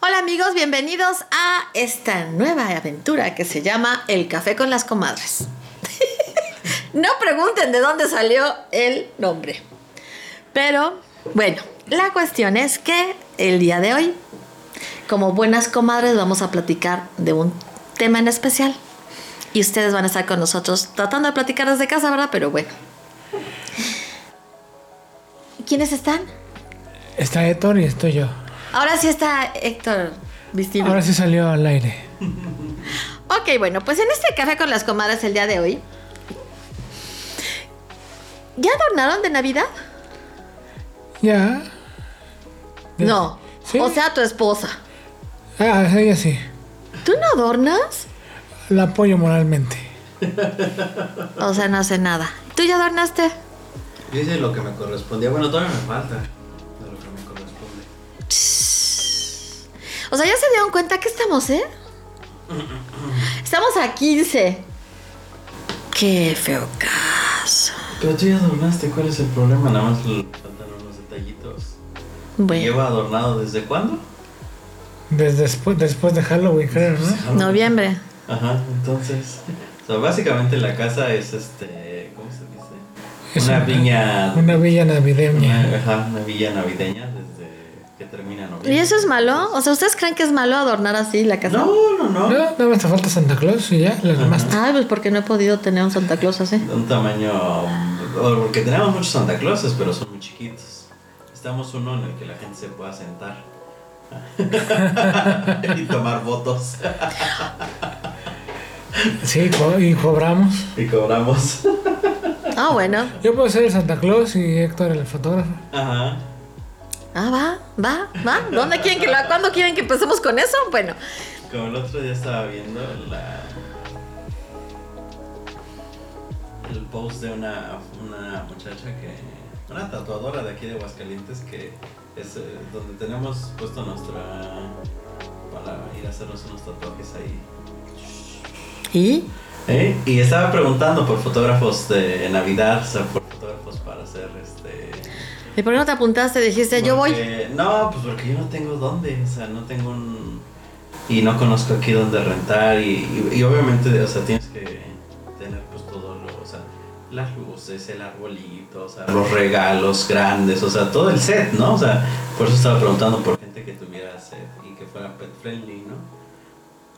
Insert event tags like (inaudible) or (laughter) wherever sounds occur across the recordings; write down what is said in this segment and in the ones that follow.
Hola amigos, bienvenidos a esta nueva aventura que se llama El Café con las Comadres. (laughs) no pregunten de dónde salió el nombre. Pero bueno, la cuestión es que el día de hoy, como buenas comadres, vamos a platicar de un tema en especial. Y ustedes van a estar con nosotros tratando de platicar desde casa, ¿verdad? Pero bueno. ¿Quiénes están? Está Héctor y estoy yo. Ahora sí está Héctor Vistillo. Ahora sí salió al aire. Ok, bueno, pues en este café con las comadres el día de hoy. ¿Ya adornaron de Navidad? Ya. Ya. No. Sí. O sea, tu esposa. Ah, ella sí. ¿Tú no adornas? La apoyo moralmente. O sea, no hace nada. ¿Tú ya adornaste? Yo hice lo que me correspondía. Bueno, todavía me falta de lo que me corresponde. O sea, ya se dieron cuenta que estamos, ¿eh? Estamos a 15. Qué feo caso. Pero tú ya adornaste, ¿cuál es el problema? Nada más le faltan unos detallitos. Bueno, ¿Lleva adornado desde cuándo? Desde después, después de Halloween, creo, ¿no? noviembre. Pues, Ajá, entonces. O sea, básicamente la casa es este. ¿Cómo se dice? Es Una viña. Una villa navideña. una- ajá, una villa navideña desde que termina noviembre. ¿Y eso es malo? O sea, ¿ustedes creen que es malo adornar así la casa? No, no, No, no. nada más te falta Santa Claus y ya, la demás. Ay, pues porque no he podido tener un Santa Claus así. De un tamaño. o- Porque tenemos muchos Santa Clauses, pero son muy chiquitos. Estamos uno en el que la gente se pueda sentar. (laughs) y tomar votos. Sí, co- y cobramos. Y cobramos. Ah, bueno. Yo puedo ser el Santa Claus y Héctor el fotógrafo. Ajá. Ah, va, va, va. ¿Dónde quieren que la, cuándo quieren que empecemos con eso? Bueno, Como el otro día estaba viendo la. El post de una, una muchacha que. Una tatuadora de aquí de Aguascalientes que es eh, donde tenemos puesto nuestra. para ir a hacernos unos tatuajes ahí. ¿y? ¿Eh? Y estaba preguntando por fotógrafos de Navidad, o sea, por fotógrafos para hacer este. ¿Y por qué no te apuntaste? Dijiste, yo voy. porque- No, pues porque yo no tengo dónde, o sea, no tengo un. Y no conozco aquí dónde rentar, y, y- y obviamente, o sea, tienes que tener pues todo lo. O sea, las luces, el arbolito, o sea, los regalos grandes, o sea, todo el set, ¿no? O sea, por eso estaba preguntando por gente que tuviera set y que fuera pet friendly, ¿no?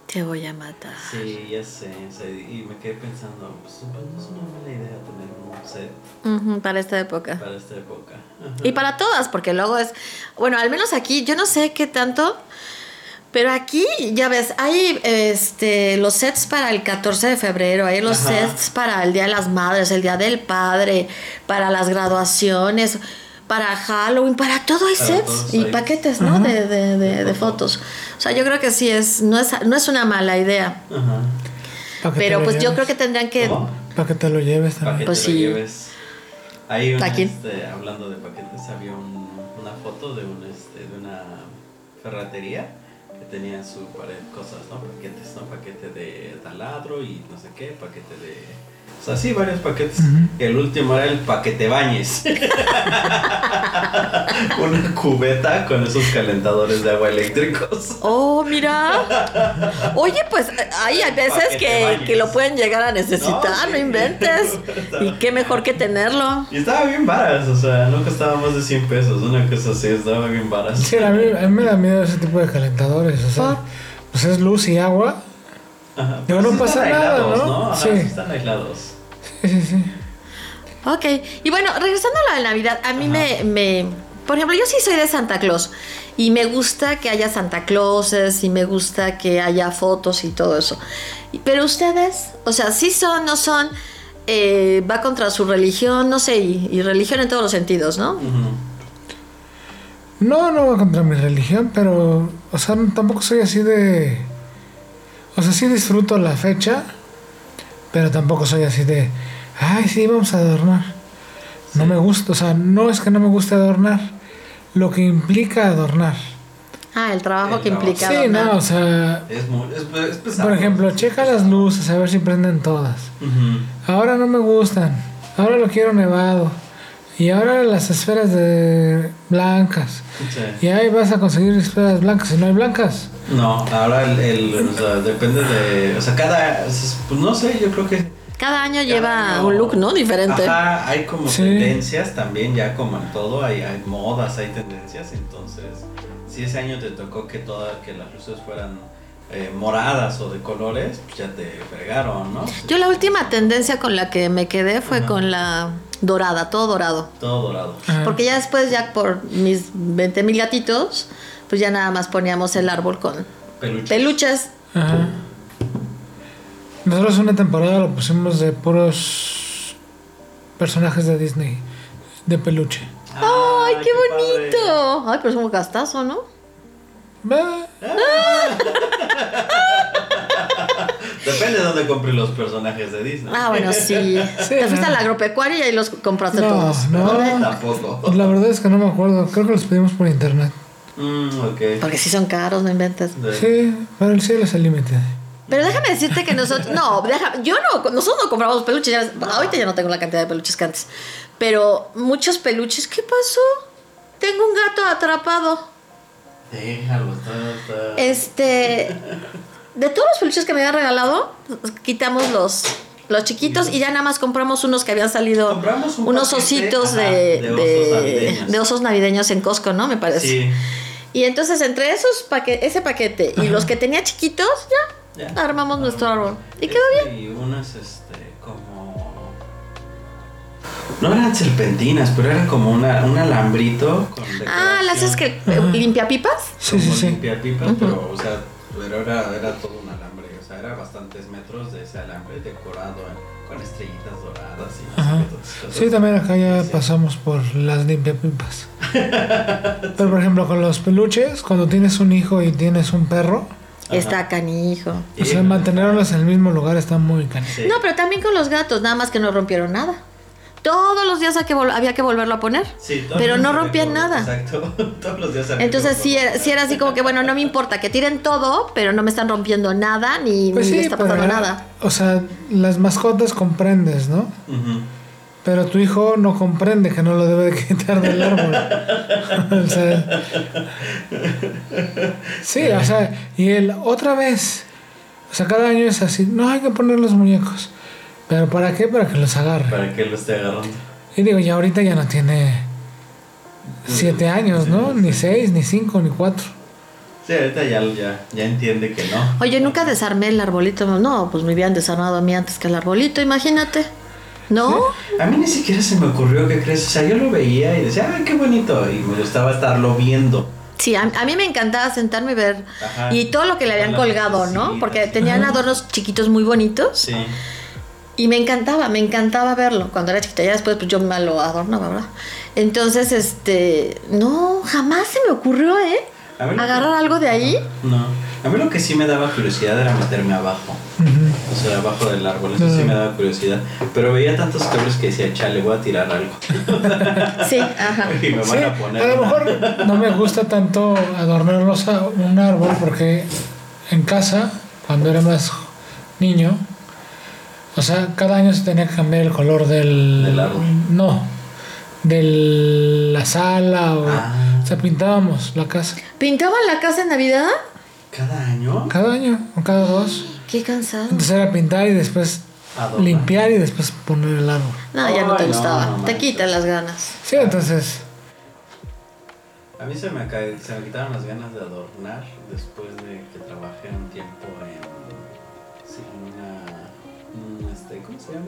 Te voy a matar. Sí, ya sé, o sea, y me quedé pensando, pues pues, no es una mala idea tener un set Ujú, para esta época. para esta época. Y para todas, porque luego es, bueno, al menos aquí, yo no sé qué tanto, pero aquí, ya ves, hay este, los sets para el 14 de febrero, hay los Ajá. sets para el Día de las Madres, el Día del Padre, para las graduaciones, para Halloween, para todo hay Para sets todos y hay. paquetes, ¿no? De, de- de- de fotos. O sea, yo creo que sí, es, no, es, no es una mala idea, Ajá. Pa' que te pero lo pues yo creo lleves. que tendrían que... ¿Cómo? Para que te lo lleves Para también. que Pues te lo sí. lleves. Hay un, Aquí. este, hablando de paquetes, había un- una foto de, un, este, de una ferretería que tenía en su pared cosas, ¿no? Paquetes, ¿no? Paquete de taladro y no sé qué, paquete de... O sea, sí, varios paquetes. Ujú. Y el último era el paquete bañes. (laughs) una cubeta con esos calentadores de agua eléctricos. Oh, mira. Oye, pues hay a Pa' veces que te que, bañes. que lo pueden llegar a necesitar, no, No, sí. (laughs) inventes. Y qué mejor que tenerlo. Y estaba bien varas, o sea, no costaba más de 100 pesos, una cosa así, estaba bien varas. Sí, a mí, a mí me da miedo ese tipo de calentadores. O sea, ¿Por? pues es luz y agua. Ajá, Digo, no sí pasa están nada, aislados, ¿no? Ajá, Sí. sí están aislados. Sí, sí, sí. Ok. Y bueno, regresando a la Navidad, a mí me, me- Por ejemplo, yo sí soy de Santa Claus. Y me gusta que haya Santa Clauses y me gusta que haya fotos y todo eso. Y- Pero ustedes, o sea, sí son, no son. eh, va contra su religión, no sé, y, y religión en todos los sentidos, ¿no? Ujú. No, no va contra mi religión, pero, o sea, no- tampoco soy así de... O sea, sí disfruto la fecha, pero tampoco soy así de... Ay, sí, vamos a adornar. No me gusta, o sea, no es que no me guste adornar, lo que implica adornar. Ah, el trabajo El que trabajo. implica. Sí, adornar. no, o sea, Es, muy, es, es pesado. por ejemplo, checa las luces, a ver si prenden todas. Ujú. Ahora no me gustan, ahora lo quiero nevado. Y ahora las esferas de blancas. Sí. Y ahí vas a conseguir esferas blancas. Si no hay blancas, No, ahora el, el- o sea, depende de. O sea, cada. Pues no sé, yo creo que. Cada año lleva año- un look, ¿no? Diferente. Ajá, hay como Sí. tendencias también, ya como en todo, hay, hay modas, hay tendencias. Entonces, si ese año te tocó que todas que las luces fueran eh, moradas o de colores, pues ya te fregaron, ¿no? Yo la última tendencia con la que me quedé fue Ajá. con la dorada, todo dorado. Todo dorado. ah, Porque ya después, ya por mis 20 mil gatitos, pues ya nada más poníamos el árbol con Peluche. peluches. Ajá. Nosotros una temporada lo pusimos de puros personajes de Disney, de peluche. ¡Ay, qué, Ah, padre! bonito! Ay, pero es un gastazo, ¿no? Bah, Depende de dónde compres los personajes de Disney. Ah, bueno, sí. Sí, Te fuiste no. al agropecuario y ahí los compraste No, todos. no. Tampoco. La verdad es que no me acuerdo. Creo que los pedimos por internet. Mm, ok. De- Porque sí son caros, no inventes. Sí, pero el cielo es el límite. Pero déjame decirte que nosotros. No, déjame. Yo no. Nosotros no compramos peluches. ya ves, ahorita ya no tengo la cantidad de peluches que antes. Pero muchos peluches. ¿Qué pasó? Tengo un gato atrapado. Déjalo, está, está. Este. De todos los peluches que me habían regalado, quitamos los. Los chiquitos y ya nada más compramos unos que habían salido. Compramos un unos paquete, ositos ajá, de, de de, osos navideños. de osos navideños en Costco, ¿no? Me parece. Sí. Y entonces entre esos paque ese paquete y los que tenía chiquitos, ya, Ya. armamos nuestro árbol. Y Este, quedó bien. Y unas, este, como. No eran serpentinas, pero era como una, un alambrito con Ah, las es que limpia pipas. Sí, sí, sí. limpia pipas, pero, o sea, pero era, era todo un alambre. O sea, era bastantes metros de ese alambre decorado en- con estrellitas doradas y no sé Ajá. qué otras cosas. Sí, también acá ya Sí. pasamos por las (laughs) limpiapipas. Pero por ejemplo, con los peluches, cuando tienes un hijo y tienes un perro, Ajá. Está canijo. o sea, Sí. mantenerlos en el mismo lugar está muy canijo. Sí. No, pero también con los gatos, nada más que no rompieron nada. Todos los días hay que vol- había que volverlo a poner. Sí, todos pero los no días rompían había que nada. volver- Exacto, (laughs) todos los días había que Entonces volver. sí era, sí era así como que, bueno, no me importa que tiren todo, pero no me están rompiendo nada ni, Pues ni sí, está pero, pasando nada. o sea, las mascotas comprendes, ¿no? Ujú. Pero tu hijo no comprende que no lo debe de quitar del árbol. (laughs) o sea, sí, o sea, y él otra vez. O sea, cada año es así. No hay que poner los muñecos. ¿Pero para qué? Para que los agarre. Para que lo esté agarrando. Y digo, ya ahorita ya no tiene siete años, ¿no? Ni seis, ni cinco, ni cuatro. Sí, ahorita ya, ya, ya entiende que no. Oye, nunca desarmé el arbolito. No, pues me habían desarmado a mí antes que el arbolito, imagínate. ¿No? A mí ni siquiera se me ocurrió que crees. O sea, yo lo veía y decía, ah, qué bonito. Y me gustaba estarlo viendo. Sí, a, a mí me encantaba sentarme y ver. Ajá. Y todo lo que le habían Todas las colgado, ¿no? lucecitas. Porque tenían adornos chiquitos muy bonitos. Sí. Y me encantaba, me encantaba verlo cuando era chiquita. Ya después pues yo me lo adornaba, ¿verdad? Entonces, este, no, jamás se me ocurrió, ¿eh? A ver. Agarrar algo de ahí. No. A mí lo que sí me daba curiosidad era meterme abajo. Ujú. O sea, abajo del árbol. Eso sí me daba curiosidad. Pero veía tantos cables que decía, chale, voy a tirar algo. Sí, ajá. (laughs) y me Sí, van a poner. a lo una- mejor no me gusta tanto adornarlos a un árbol porque en casa, cuando era más niño, o sea, cada año se tenía que cambiar el color del... Del árbol. No, de la sala o... Ah. O sea, pintábamos la casa. ¿Pintaban la casa en Navidad? Cada año. Cada año o cada dos. Qué cansado. Entonces era pintar y después Adornar. limpiar y después poner el árbol. No, ya no te Ay, no, gustaba. no te manches. quitan las ganas. Sí, entonces... A mí se me, ca- se me quitaron las ganas de adornar después de que trabajé un tiempo en, sí, en una, un, este, ¿cómo se llama?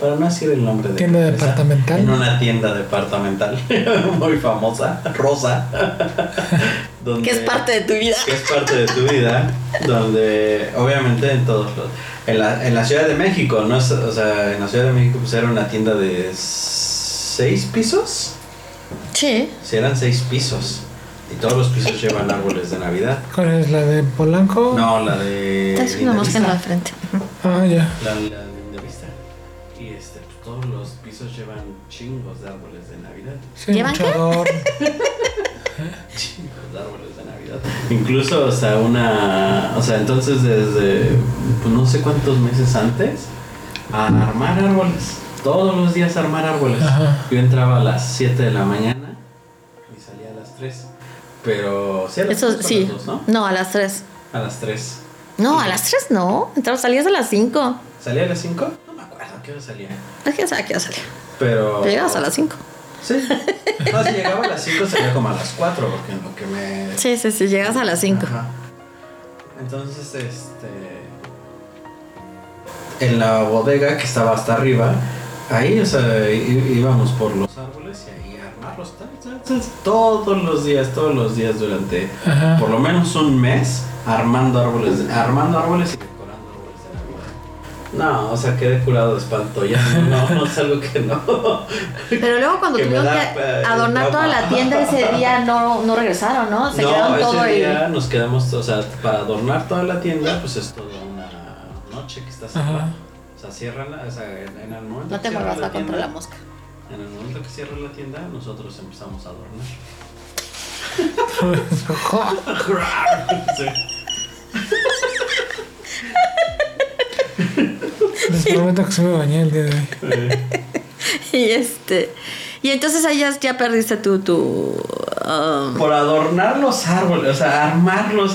Para no decir el nombre de la Tienda empresa, departamental. En una tienda departamental (laughs) muy famosa, (laughs) rosa. donde- Que es parte de tu vida. que es parte de tu vida, donde obviamente en todos los... En la, en la Ciudad de México, ¿no? Es- O sea, en la Ciudad de México pues era una tienda de seis pisos. Sí. Si eran seis pisos. Y todos los Eh. pisos llevan árboles de Navidad. ¿Cuál es la de Polanco? No, la de. Traes una mosca en la Lindavista. frente. Ah, ya. La, la de Lindavista. Y este, pues, todos los pisos llevan chingos de árboles de (laughs) Navidad. Sí, ¿Llevan mucho qué? (laughs) adorno. Chingos de árboles de Navidad. Incluso, o sea, una. O sea, entonces desde. Pues no sé cuántos meses antes. A armar árboles. todos los días a armar árboles. Ajá. Yo entraba a las 7 de la mañana y salía a las 3. Pero sí, a las Eso tres o a sí. las dos, ¿no? No, a las 3. A las 3. No, a las 3 no. Entraba, salías a las 5. ¿Salía a las 5? No me acuerdo a qué hora salía. Es que sabe que ya salía. Pero. Pero llegabas a las 5. Sí. No, si llegaba a las 5 salía como a las 4, porque en lo que me. Sí, sí, sí, llegas a las 5. Ajá. Entonces, este. En la bodega que estaba hasta arriba, ahí, o sea, í- íbamos por los árboles y ahí a armarlos. tal, tal, tal, Todos los días, todos los días durante Ajá. por lo menos un mes armando árboles, armando árboles y decorando árboles de la vida. No, o sea, quedé curado de espanto. Ya no, no es algo que no. Pero luego cuando Que me tuvieron que da, eh, adornar toda la drama. tienda ese día no, no regresaron, ¿no? Se no, quedaron ese todo el... día nos quedamos, o sea, para adornar toda la tienda, pues es toda una noche que está cerrada. Ajá. O sea, cierran la, o sea, en, en el momento No te que cierra muevas la va contra tienda, la mosca. en el momento que cierra la tienda, nosotros empezamos a (laughs) adornar. Sí. (laughs) Les prometo que se me bañé el día de hoy. Eh, (laughs) Y este... Y entonces ahí ya, ya perdiste tu... tu um, Por adornar los árboles, o sea, armarlos.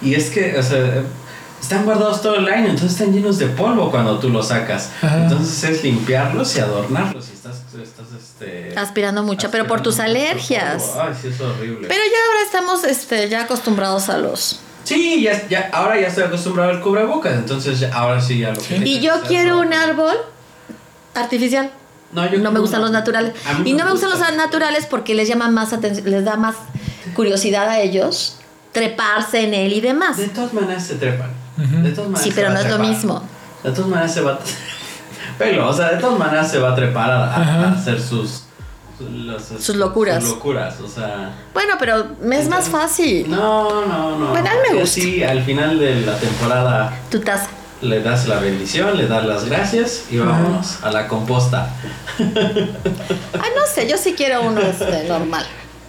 Y es que, o sea, están guardados todo el año, entonces están llenos de polvo cuando tú los sacas. Ajá. Entonces es limpiarlos y adornarlos. Y estás, estás este. aspirando mucho, pero por aspirando tus mucho alergias. polvo. Ay, sí, es horrible. Pero ya ahora estamos este, ya acostumbrados a los... Sí, ya, ya, ahora ya estoy acostumbrado al cubrebocas, entonces ya- ahora sí ya lo tiene Y que yo hacer, quiero ¿no? un árbol artificial. No, No yo quiero me gustan uno- los naturales. A mí Y no me gustan gusta. los naturales porque les llama más atención, les da más curiosidad a ellos treparse en él y demás. De todas maneras se trepan. Ujú. De todas maneras Sí, se pero va no a es lo trepar. mismo. De todas maneras se va (laughs) a... Pero, o sea, de todas maneras se va a trepar a, a- a Ajá. hacer sus... su- los- este, Sus locuras. Sus locuras, o sea... Bueno, pero me es más entonces- fácil No, no, no. Bueno, a mí me gusta. Sí, Sí, al final de la temporada tu taza. le das la bendición, le das las gracias y vámonos a la composta. Ah, no sé, yo sí quiero (laughs) uno este, normal.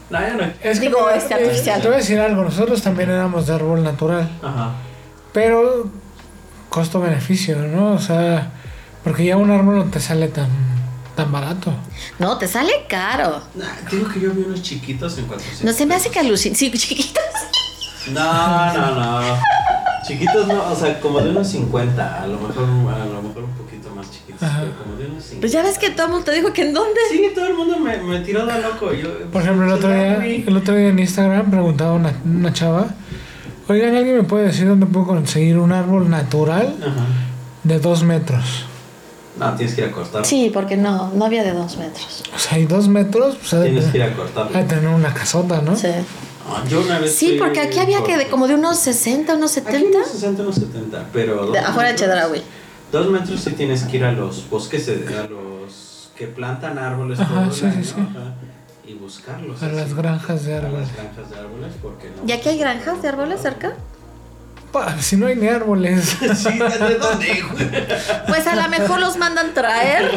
No, yo no... Es que Digo, te voy a- este te- artificial. Te voy a decir algo, nosotros también éramos de árbol natural, Ajá. pero costo-beneficio, ¿no? O sea, porque ya un árbol no te sale tan, tan barato. No, te sale caro. Nah, digo que yo vi unos chiquitos en 400. No se me hace que alucin... Sí, chiquitas. No, no, no. Chiquitos no, o sea, como de unos 50, a lo mejor, a lo mejor un poquito más chiquitos, Ajá. pero como de unos 50. Pues ya ves que todo el mundo te dijo que en dónde. Sí, todo el mundo me, me tiró de loco. Yo, Por ejemplo, el otro día, el otro día en Instagram preguntaba una, una chava, oigan, ¿alguien me puede decir dónde puedo conseguir un árbol natural Ajá. de dos metros? No, tienes que ir a cortar. Sí, porque no, no había de dos metros. O sea, y dos metros, pues ha de Tienes que ir tener, a cortar. ha de tener una casota, ¿no? Sí. No, yo una vez Sí, fui porque aquí había que de, ¿Ah? Pues por- como de unos 60, unos Aquí 70. unos 60, unos 70, pero... De afuera de Chedraui. Dos metros sí tienes que ir a los bosques, eh, a los que plantan árboles Ajá, todo el sí, año, sí, sí. ajá, y buscarlos. A así. las granjas de A árboles. las granjas de árboles, porque no. ¿Y aquí hay granjas de árboles cerca? Pa, si no hay ni árboles. (laughs) Sí, ¿de dónde, güey? Pues (laughs) a lo mejor los mandan traer.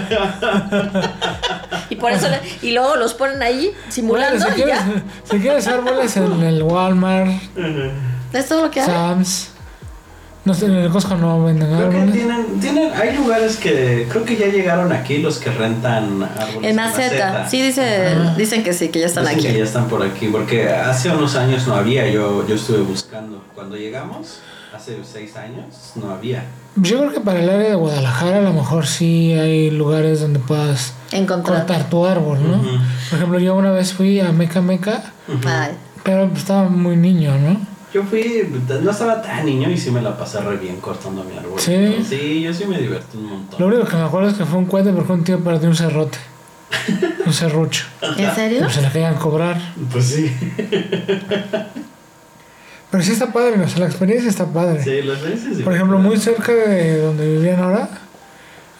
Y por eso le- y luego los ponen ahí simulando Bueno, si, y quieres, ya. (laughs) si quieres árboles en el Walmart, Es todo lo que hay. Sam's. No sé, en el Costco no venden Creo que árboles. tienen, tienen, hay lugares que creo que ya llegaron aquí los que rentan árboles. En maceta. Sí, dice, dicen que sí, que ya están Dicen que aquí. ya están por aquí, porque hace unos años no había, yo, yo estuve buscando. Cuando llegamos, hace seis años, no había. Yo creo que para el área de Guadalajara a lo mejor sí hay lugares donde puedas Encontrar. cortar tu árbol, ¿no? Ujú. Por ejemplo, yo una vez fui a Meca Meca, Ay. pero pues estaba muy niño, ¿no? Yo fui, no estaba tan niño y sí me la pasé re bien cortando mi árbol. Sí. Sí, yo sí me divertí un montón. Lo único que me acuerdo es que fue un cohete porque un tío perdió un cerrote. Un serrucho. ¿En Y serio? pues se la querían cobrar. Pues sí. (laughs) Pero sí está padre, o sea, la experiencia está padre. Sí, las veces. Por ejemplo, muy cerca de donde vivían ahora,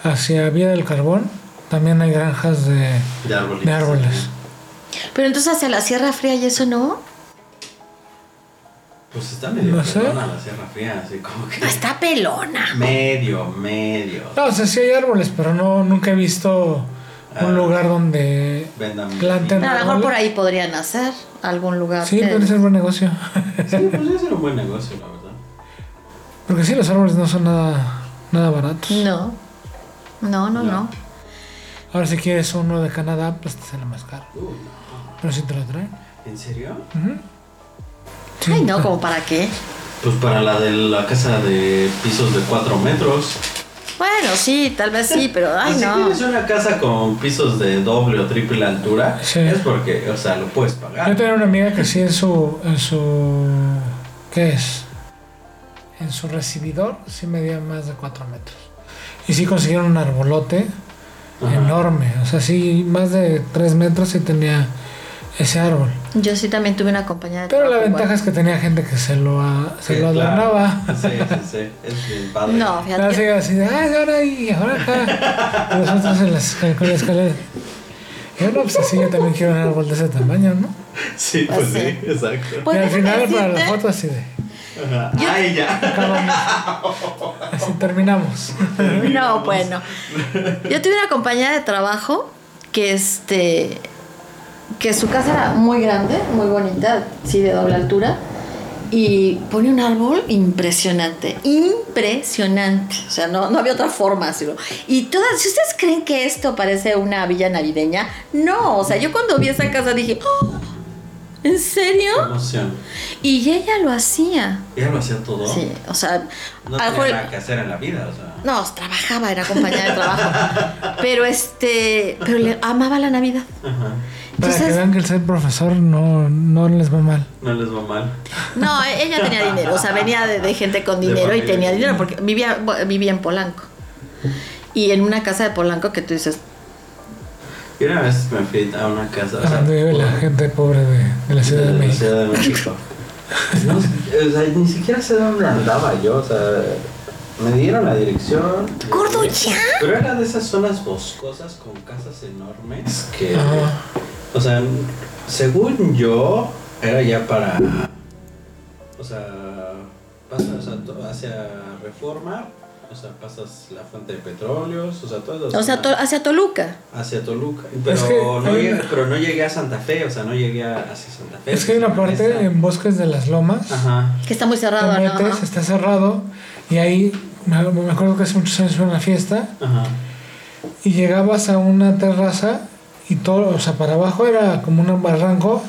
hacia Vía del Carbón, también hay granjas de, De árboles. de árboles. Pero entonces hacia la Sierra Fría y eso no. Pues está medio No sé. pelona la Sierra Fría, así como que. No está pelona. Medio, medio. No, o sea, sí hay árboles, pero no, nunca he visto Ah. un lugar donde... Vendan. Planten. A lo mejor Árbol. por ahí podrían hacer algún lugar. Sí, que- puede ser buen negocio. (laughs) Sí, pues ese era un buen negocio, la verdad. Porque sí, los árboles no son nada, nada baratos. No. No, no, No. no. Ahora, si quieres uno de Canadá, pues te sale más caro. Uh, Pero si te lo traen. ¿En serio? Ujú. Sí, Ay, no, pero- ¿como para qué? Pues para la de la casa de pisos de 4 metros. Pues Bueno, sí, tal vez sí, pero ay, si no. tienes una casa con pisos de doble o triple altura, Sí. es porque, o sea, lo puedes pagar. Yo tenía una amiga que sí en su, en su... ¿Qué es? En su recibidor sí medía más de 4 metros. Y sí consiguieron un arbolote Ajá. enorme. O sea, sí, más de 3 metros sí tenía ese árbol. Yo sí también tuve una compañía de Pero la trabajo ventaja igual. es que tenía gente que se lo, a- se Sí, lo claro. adornaba. (laughs) Sí, sí, sí. Es bien padre. No, Ahora sí, fíjate. así de, ah, ahora y ahora acá. Y Nosotros en las, con la escalera. Y bueno, pues así yo también quiero un árbol de ese tamaño, ¿no? Sí, pues, Pues sí, sí. exacto. Pues y al déjame final para la decirte- foto así de... Ajá. Ay, ya. acabamos. Así terminamos. (laughs) No, bueno. Yo tuve una compañera de trabajo que este que su casa era muy grande, muy bonita, sí de doble altura y pone un árbol impresionante, impresionante, o sea, no, no había otra forma, sino, y todas, si ustedes creen que esto parece una villa navideña, no, o sea, yo cuando vi esa casa dije, "Oh, ¿en serio? Qué emoción. Y ella lo hacía, Ella lo hacía todo. sí, o sea, a lo No tenía mejor- nada que hacer en la vida, o sea. no, trabajaba, era compañera de trabajo. Pero este, pero le amaba la Navidad. Ajá. Para que Entonces, vean que el ser profesor no, no les va mal. No les va mal. no, e- ella tenía dinero, o sea, venía de, de gente con De dinero y familia. tenía dinero porque vivía bu- vivía en Polanco. Y en una casa de Polanco que tú dices, Y una vez me fui a una casa. O sea, Donde vive la gente pobre de, de la Ciudad de, de la México. Ciudad de (laughs) México. No, o sea, ni siquiera sé dónde andaba yo, o sea, me dieron la dirección. Eh, ¿Gordo ya? Pero era de esas zonas boscosas con casas enormes que, Ajá. o sea, según yo, era ya para, o sea, pasas o sea, to- hacia Reforma, o sea, pasas la fuente de petróleos, o sea, todas las o sea, zonas- to- hacia Toluca. hacia Toluca. (laughs) Pero, que no hay llegué, una- pero no llegué a Santa Fe, o sea, no llegué a- hacia Santa Fe. Es que hay una parte en Bosques de las Lomas. Ajá. Que está muy cerrado, Te ¿no? metes, está cerrado. Y ahí me, me acuerdo que hace muchos años fue una fiesta. Ajá. Y llegabas a una terraza. Y todo, o sea, para abajo era como un barranco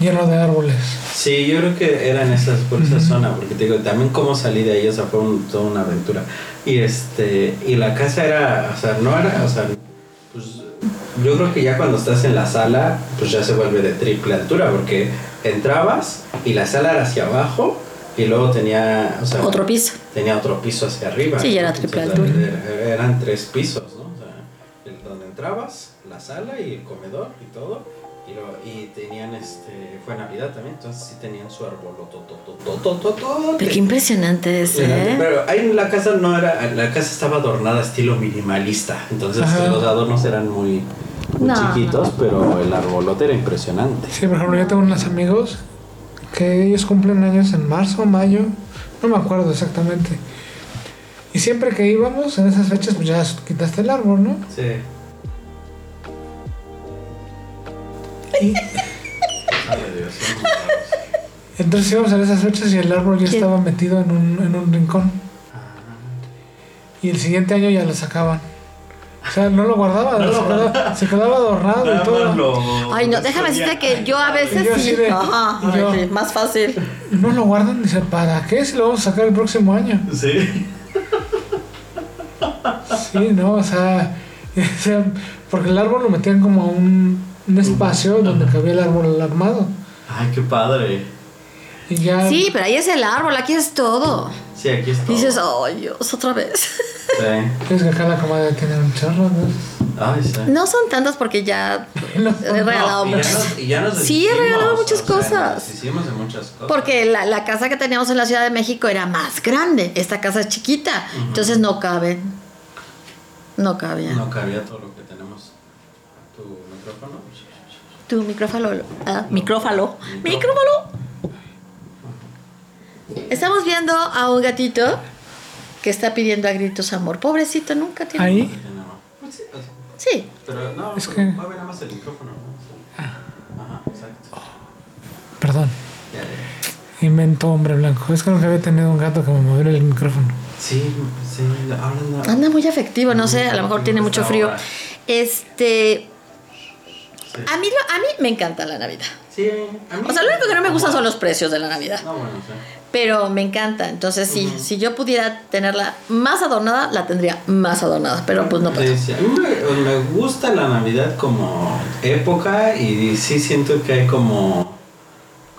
lleno de árboles. Sí, yo creo que era en esas, por esa zona, porque te digo, también cómo salí de ahí, o sea, fue un- toda una aventura. Y este, y la casa era, o sea, no era, o sea, pues yo creo que ya cuando estás en la sala, pues ya se vuelve de triple altura, porque entrabas y la sala era hacia abajo y luego tenía, o sea, Otro piso. tenía otro piso hacia arriba. Sí, ya era Entonces, triple también altura. era- eran tres pisos, ¿no? O sea, el donde entrabas, la sala y el comedor y todo. Y, lo- y tenían, este, fue Navidad también, entonces sí tenían su Pero qué arbolototototototote. impresionante es, ¿eh? Pero ahí en la casa no era, la casa estaba adornada estilo minimalista, entonces Ajá. los adornos eran muy, muy No. chiquitos, pero el arbolote era impresionante. Sí, por ejemplo, yo tengo unos amigos que ellos cumplen años en marzo, mayo, no me acuerdo exactamente. Y siempre que íbamos en esas fechas, pues ya quitaste el árbol, ¿no? Sí. Y Ay, Dios, son muy raros. entonces íbamos en esas fechas y el árbol ya Sí. estaba metido en un, en un rincón. Y el siguiente año ya lo sacaban. O sea, no lo guardaban, se, quedaba, se quedaba adornado y todo. Ay, no, déjame decirte que yo a veces Y yo así sí, de- ajá, y yo- sí, más fácil. Y no lo guardan, dice, ¿para qué? Si lo vamos a sacar el próximo año. (laughs) Sí. Sí, no, o sea, (laughs) o sea, porque el árbol lo metían como a un, un espacio donde cabía el árbol armado. Ay, qué padre. Y ya. Sí, pero ahí es el árbol, aquí es todo. Sí, aquí está. Dices, ay, Dios, otra vez. Sí. Es que acá la cama debe tener un chorro, ¿no? Ay, sí. No son tantas porque (laughs) ya No. he regalado y ya muchas. nos- y ya nos Sí, he deshicimos, regalado muchas o sea, cosas. Nos hicimos de muchas cosas. Porque la, la casa que teníamos en la Ciudad de México era más grande. Esta casa es chiquita. Entonces no caben. No cabían. No cabía todo lo que tenemos. Tu micrófono. Tu micrófalo. ah, micrófalo. Micrófalo. Micrófalo. Estamos viendo a un gatito que está pidiendo a gritos amor. Pobrecito, nunca tiene. Ahí. Pues sí, o sea, Sí. Pero no, pues, Es pero que- Ah. mueve nada más el micrófono. ¿no? O sea, Ajá, exacto. Perdón. Ya, ya. Invento hombre blanco. Es que nunca había tenido un gato que me moviera el micrófono. Sí, sí, ahora anda. Anda muy afectivo, no sé, a lo mejor tiene mucho frío. Este, Sí. a mí, lo- a mí me encanta la Navidad. Sí, a mí- O sea, lo único que no me gusta son los precios de la Navidad. No, bueno, sí. Pero me encanta. Entonces, sí, si yo pudiera tenerla más adornada, la tendría más adornada. Pero pues no puedo. Sí, sí. A mí me, me gusta la Navidad como época y sí siento que hay como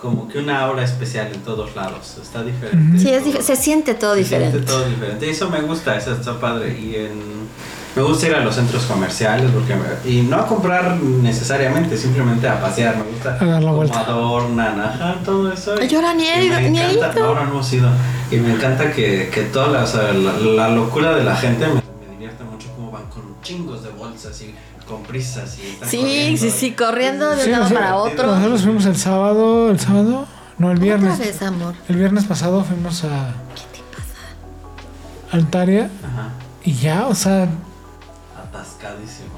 como que una aura especial en todos lados. Está diferente. Sí, es todo. dif- se siente todo Se siente diferente. todo diferente. Y eso me gusta, eso está padre. Y en- me gusta ir a los centros comerciales porque me- y no a comprar necesariamente, simplemente a pasear. Me gusta A dar la cómo vuelta. adornan, ajá, todo eso. Ay, yo ahora ni he y ido- me ni he encanta- ido. Ahora no hemos ido. Y me encanta que, que toda la, o sea, la, la locura de la gente me, me divierte mucho cómo van con chingos de bolsas y con prisas. Y están Sí, corriendo. sí, sí, corriendo de Sí, un lado nosotros- para otro. Otra Nosotros fuimos el sábado, el sábado, no, el viernes. Otra vez, amor. El viernes pasado fuimos a. Altaria Ajá, y ya, o sea, atascadísimo.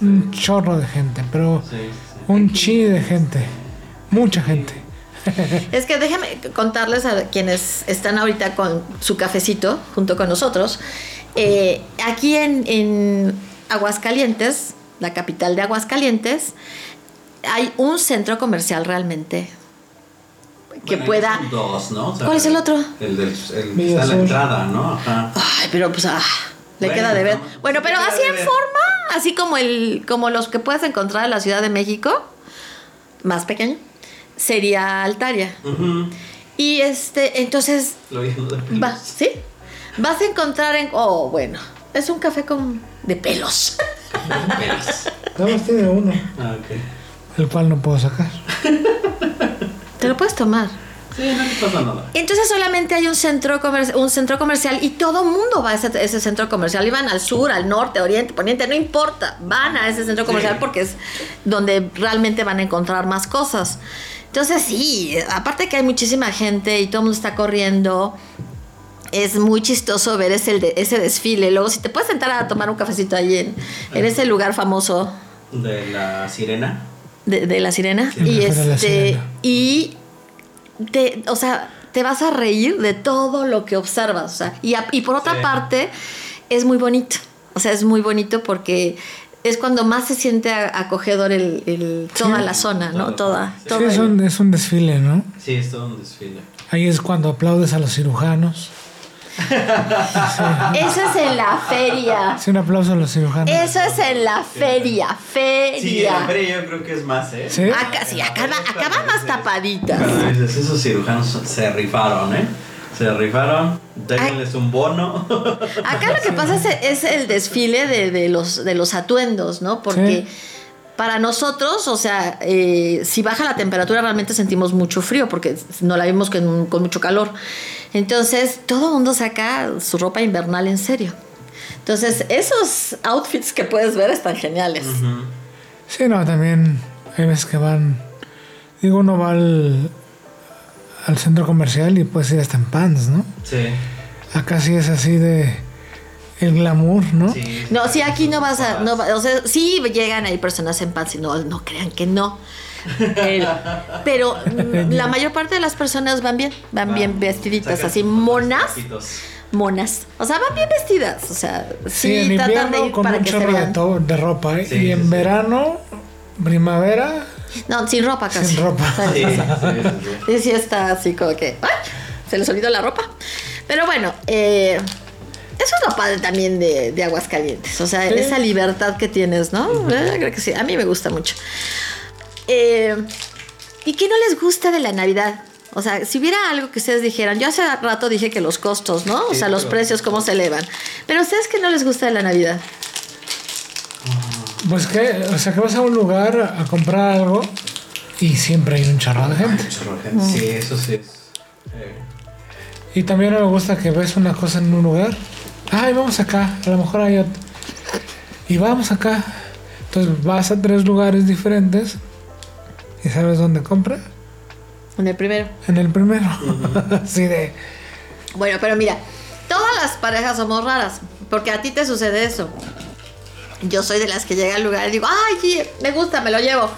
un chorro de gente, pero Sí, sí. Mm, un chi de gente, mucha gente. Es que déjenme contarles a quienes están ahorita con su cafecito junto con nosotros. Eh, aquí en, en Aguascalientes, la capital de Aguascalientes, hay un centro comercial realmente que Bueno, pueda... son Dos, ¿no? O sea, ¿Cuál es el otro? El del el, Medio está la azul. entrada, ¿no? Ajá. Ay, pero pues ah, le Bueno, queda de ver. no, Bueno, sí pero queda así de en ver. forma, así como el como los que puedes encontrar en la Ciudad de México, más pequeño, sería Altaria. Ujú. Y este, entonces Lo vi en la película. va, ¿sí? Vas a encontrar en oh, bueno, es un café con de pelos. (laughs) Pelas. Nada más tiene uno. (laughs) Ah, ok. El cual no puedo sacar. Te lo puedes tomar. Sí, no le pasa nada. Entonces solamente hay un centro, comer- un centro comercial y todo mundo va a ese, ese centro comercial. Y van al sur, al norte, oriente, poniente, no importa. Van a ese centro comercial Sí. porque es donde realmente van a encontrar más cosas. Entonces sí, aparte que hay muchísima gente y todo el mundo está corriendo. Es muy chistoso ver ese, el de- ese desfile. Luego, si te puedes sentar a tomar un cafecito ahí en, en ese lugar famoso De la sirena. de, de la sirena. Sí, y me refiero a la este. sirena. Y te, o sea, te vas a reír de todo lo que observas. O sea, y, a- y por otra Sí. parte, es muy bonito. O sea, es muy bonito porque es cuando más se siente a- acogedor el, el- toda Sí. la zona, ¿no? Toda Toda. la zona, sí. todo Sí, es el- un, es un desfile, ¿no? Sí, es todo un desfile. Ahí es cuando aplaudes a (laughs) los cirujanos. Eso es en la feria. Sí, un aplauso a los cirujanos. Eso es en la feria. Sí, el Feria. hambre yo creo que es más, ¿eh? Sí. Acá, Ah, sí, acá, va- acá va más tapaditas. Cuando dices, esos cirujanos se rifaron, ¿eh? Se rifaron, déjenles un bono. (laughs) Acá lo que pasa es, es el desfile de, de los, de los atuendos, ¿no? Porque Sí. para nosotros, o sea, eh, si baja la temperatura realmente sentimos mucho frío, porque no la vimos con, con mucho calor. Entonces, todo el mundo saca su ropa invernal en serio. Entonces, esos outfits que puedes ver están geniales. Ujú. Sí, no, también hay veces que van. Digo, uno va al, al centro comercial y puedes ir hasta en pants, ¿no? Sí. Acá sí es así de. El glamour, ¿no? Sí. No, sí, aquí no vas a... No, va- o sea, sí llegan ahí personas en pants y no, no crean que no. Eh, pero mm, la mayor parte de las personas van bien, Ah, van bien vestiditas, Sacan así sus monas, (laughs) taquitos. monas. O sea, van bien vestidas, o sea, Sí, sí, en tratan de invierno ir con para un que se chorro de, vean. to- de ropa. ¿eh? Sí, y en sí, sí. verano, primavera, No, sin ropa casi. sin ropa. Sí, sí, sí, sí. Y sí está así como que, ¡ay! Se les olvidó la ropa. Pero bueno, eh, eso es lo padre también de, de Aguascalientes. O sea, Sí. esa libertad que tienes, ¿no? Eh, Creo que sí. A mí me gusta mucho. Eh, ¿Y qué no les gusta de la Navidad? O sea, si hubiera algo que ustedes dijeran, yo hace rato dije que los costos, ¿no? O Sí, sea, los pero- precios, cómo se elevan. Pero ustedes qué no les gusta de la Navidad? Pues que, o sea, que vas a un lugar a comprar algo y siempre hay un chorro de gente. Mucho rojo. Sí, eso sí es. eh, Y también me gusta que ves una cosa en un lugar. Ay, vamos acá, a lo mejor hay otro. Y vamos acá. Entonces vas a tres lugares diferentes y sabes dónde compra. En el primero. En el primero. (laughs) Así de. Bueno, pero mira, todas las parejas somos raras, porque a ti te sucede eso. Yo soy de las que llega al lugar y digo, ay, sí, me gusta, me lo llevo.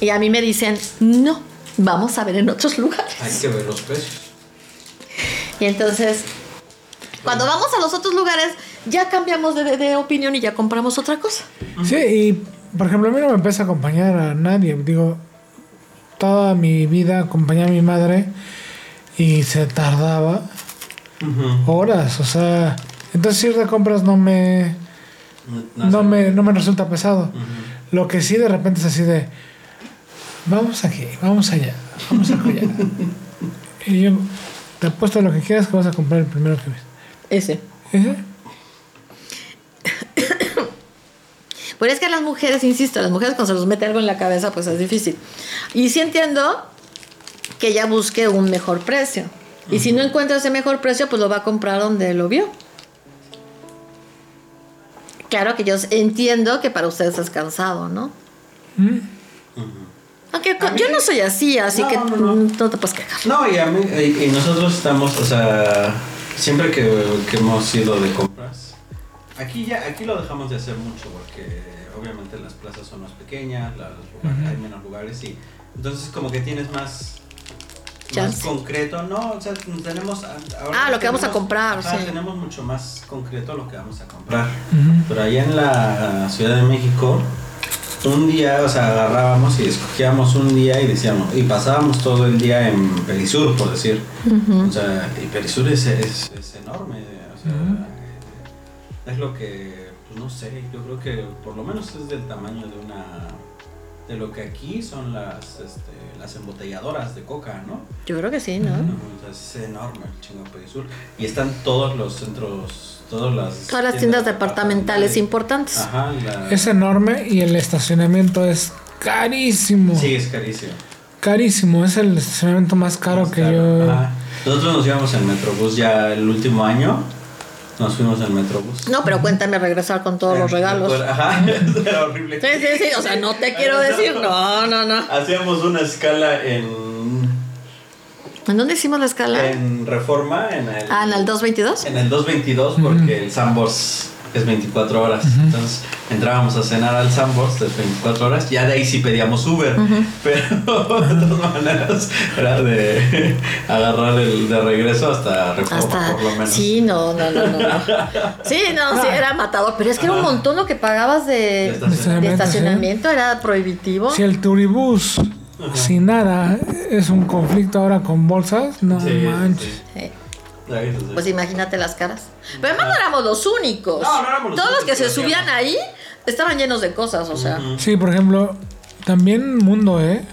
Y a mí me dicen, no, Vamos a ver en otros (laughs) lugares. Hay que ver los precios. Y entonces, cuando vamos a los otros lugares, ya cambiamos de, de- de opinión y ya compramos otra cosa. Sí, y por ejemplo, a mí no me empieza a acompañar a nadie. Digo, toda mi vida acompañé a mi madre y se tardaba horas, o sea. Entonces ir de compras no me, No, Mm. no sé. me, no me resulta pesado. Ujú. Lo que sí de repente es así de, vamos aquí, vamos allá, vamos (laughs) allá. y yo te apuesto lo que quieras que vas a comprar el primero que ves. Ese. Ese, Pero es que a las mujeres, insisto, a las mujeres cuando se les mete algo en la cabeza, pues es difícil. Y sí entiendo que ella busque un mejor precio. Y si no encuentra ese mejor precio, pues lo va a comprar donde lo vio. Claro que yo entiendo que para ustedes es cansado, ¿no? ¿Mm? Aunque co- yo no soy así, así No, que no, no, no. te puedes quejar. No, y, a mí- y- y nosotros estamos, o sea, siempre que, que hemos ido de compras, aquí ya, aquí lo dejamos de hacer mucho porque obviamente las plazas son más pequeñas, la- los lugares- hay menos lugares y entonces como que tienes más, más Chance. concreto, no, o sea, tenemos a- ahora Ah, lo que vamos a tenemos- comprar, ajá, sí. tenemos mucho más concreto lo que vamos a comprar. Ujú. Pero allá en la Ciudad de México, un día, o sea, agarrábamos y escogíamos un día y decíamos, y pasábamos todo el día en Perisur, por decir. O sea, y Perisur es, es, es enorme, o sea, es lo que, pues no sé, yo creo que por lo menos es del tamaño de una, de lo que aquí son las, este, las embotelladoras de coca, ¿no? Yo creo que sí, ¿no? No, o sea, es enorme el chingo Perisur. Y están todos los centros, todas las... Todas las tiendas departamentales departamentales. importantes. Ajá, la- es enorme y el estacionamiento es carísimo. Sí, es carísimo. Carísimo, es el estacionamiento más caro Más que yo. Ajá. Nosotros nos íbamos en Metrobús ya el último año. Nos fuimos en Metrobús. No, pero cuéntame regresar con todos los Eh, regalos. recuerda- Ajá, (laughs) era horrible. Sí, sí, sí, o sea, no te quiero decir, no, no, no. Hacíamos una escala en, ¿En dónde hicimos la escala? en Reforma, en el, Ah, en el 222. en el 222, porque el Sambors es 24 horas. Entonces entrábamos a cenar al Sambors de 24 horas. Ya de ahí sí pedíamos Uber, pero (laughs) de todas maneras era de (laughs) agarrar el de regreso hasta Reforma, Hasta. por lo menos. Ah, Sí, no, no, no, no. no. Sí, no, sí, era matador. Pero es que era un montón lo que pagabas de, De ¿eh? de estacionamiento. estacionamiento, era prohibitivo. Si el turibús sin nada es un conflicto ahora con bolsas, no Sí, manches. sí, Eh, sí. Ahí está, sí. Pues imagínate las caras. Pero además no éramos los únicos. No, no éramos los Todos los únicos que se que lo subían ahí estaban llenos de cosas, o sea. Ujú. Sí, por ejemplo, también Mundo, ¿eh?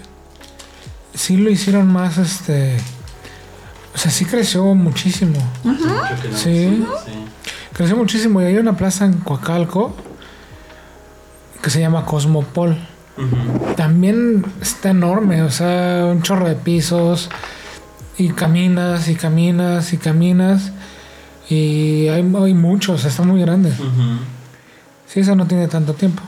Sí lo hicieron más, este... O sea, sí creció muchísimo. Hace mucho que no Sí. hemos ido, sí. Creció muchísimo y hay una plaza en Coacalco que se llama Cosmopol. Ujú. También está enorme, o sea, un chorro de pisos y caminas y caminas y caminas y hay, hay muchos, está muy grande. Ujú. Sí, esa no tiene tanto tiempo.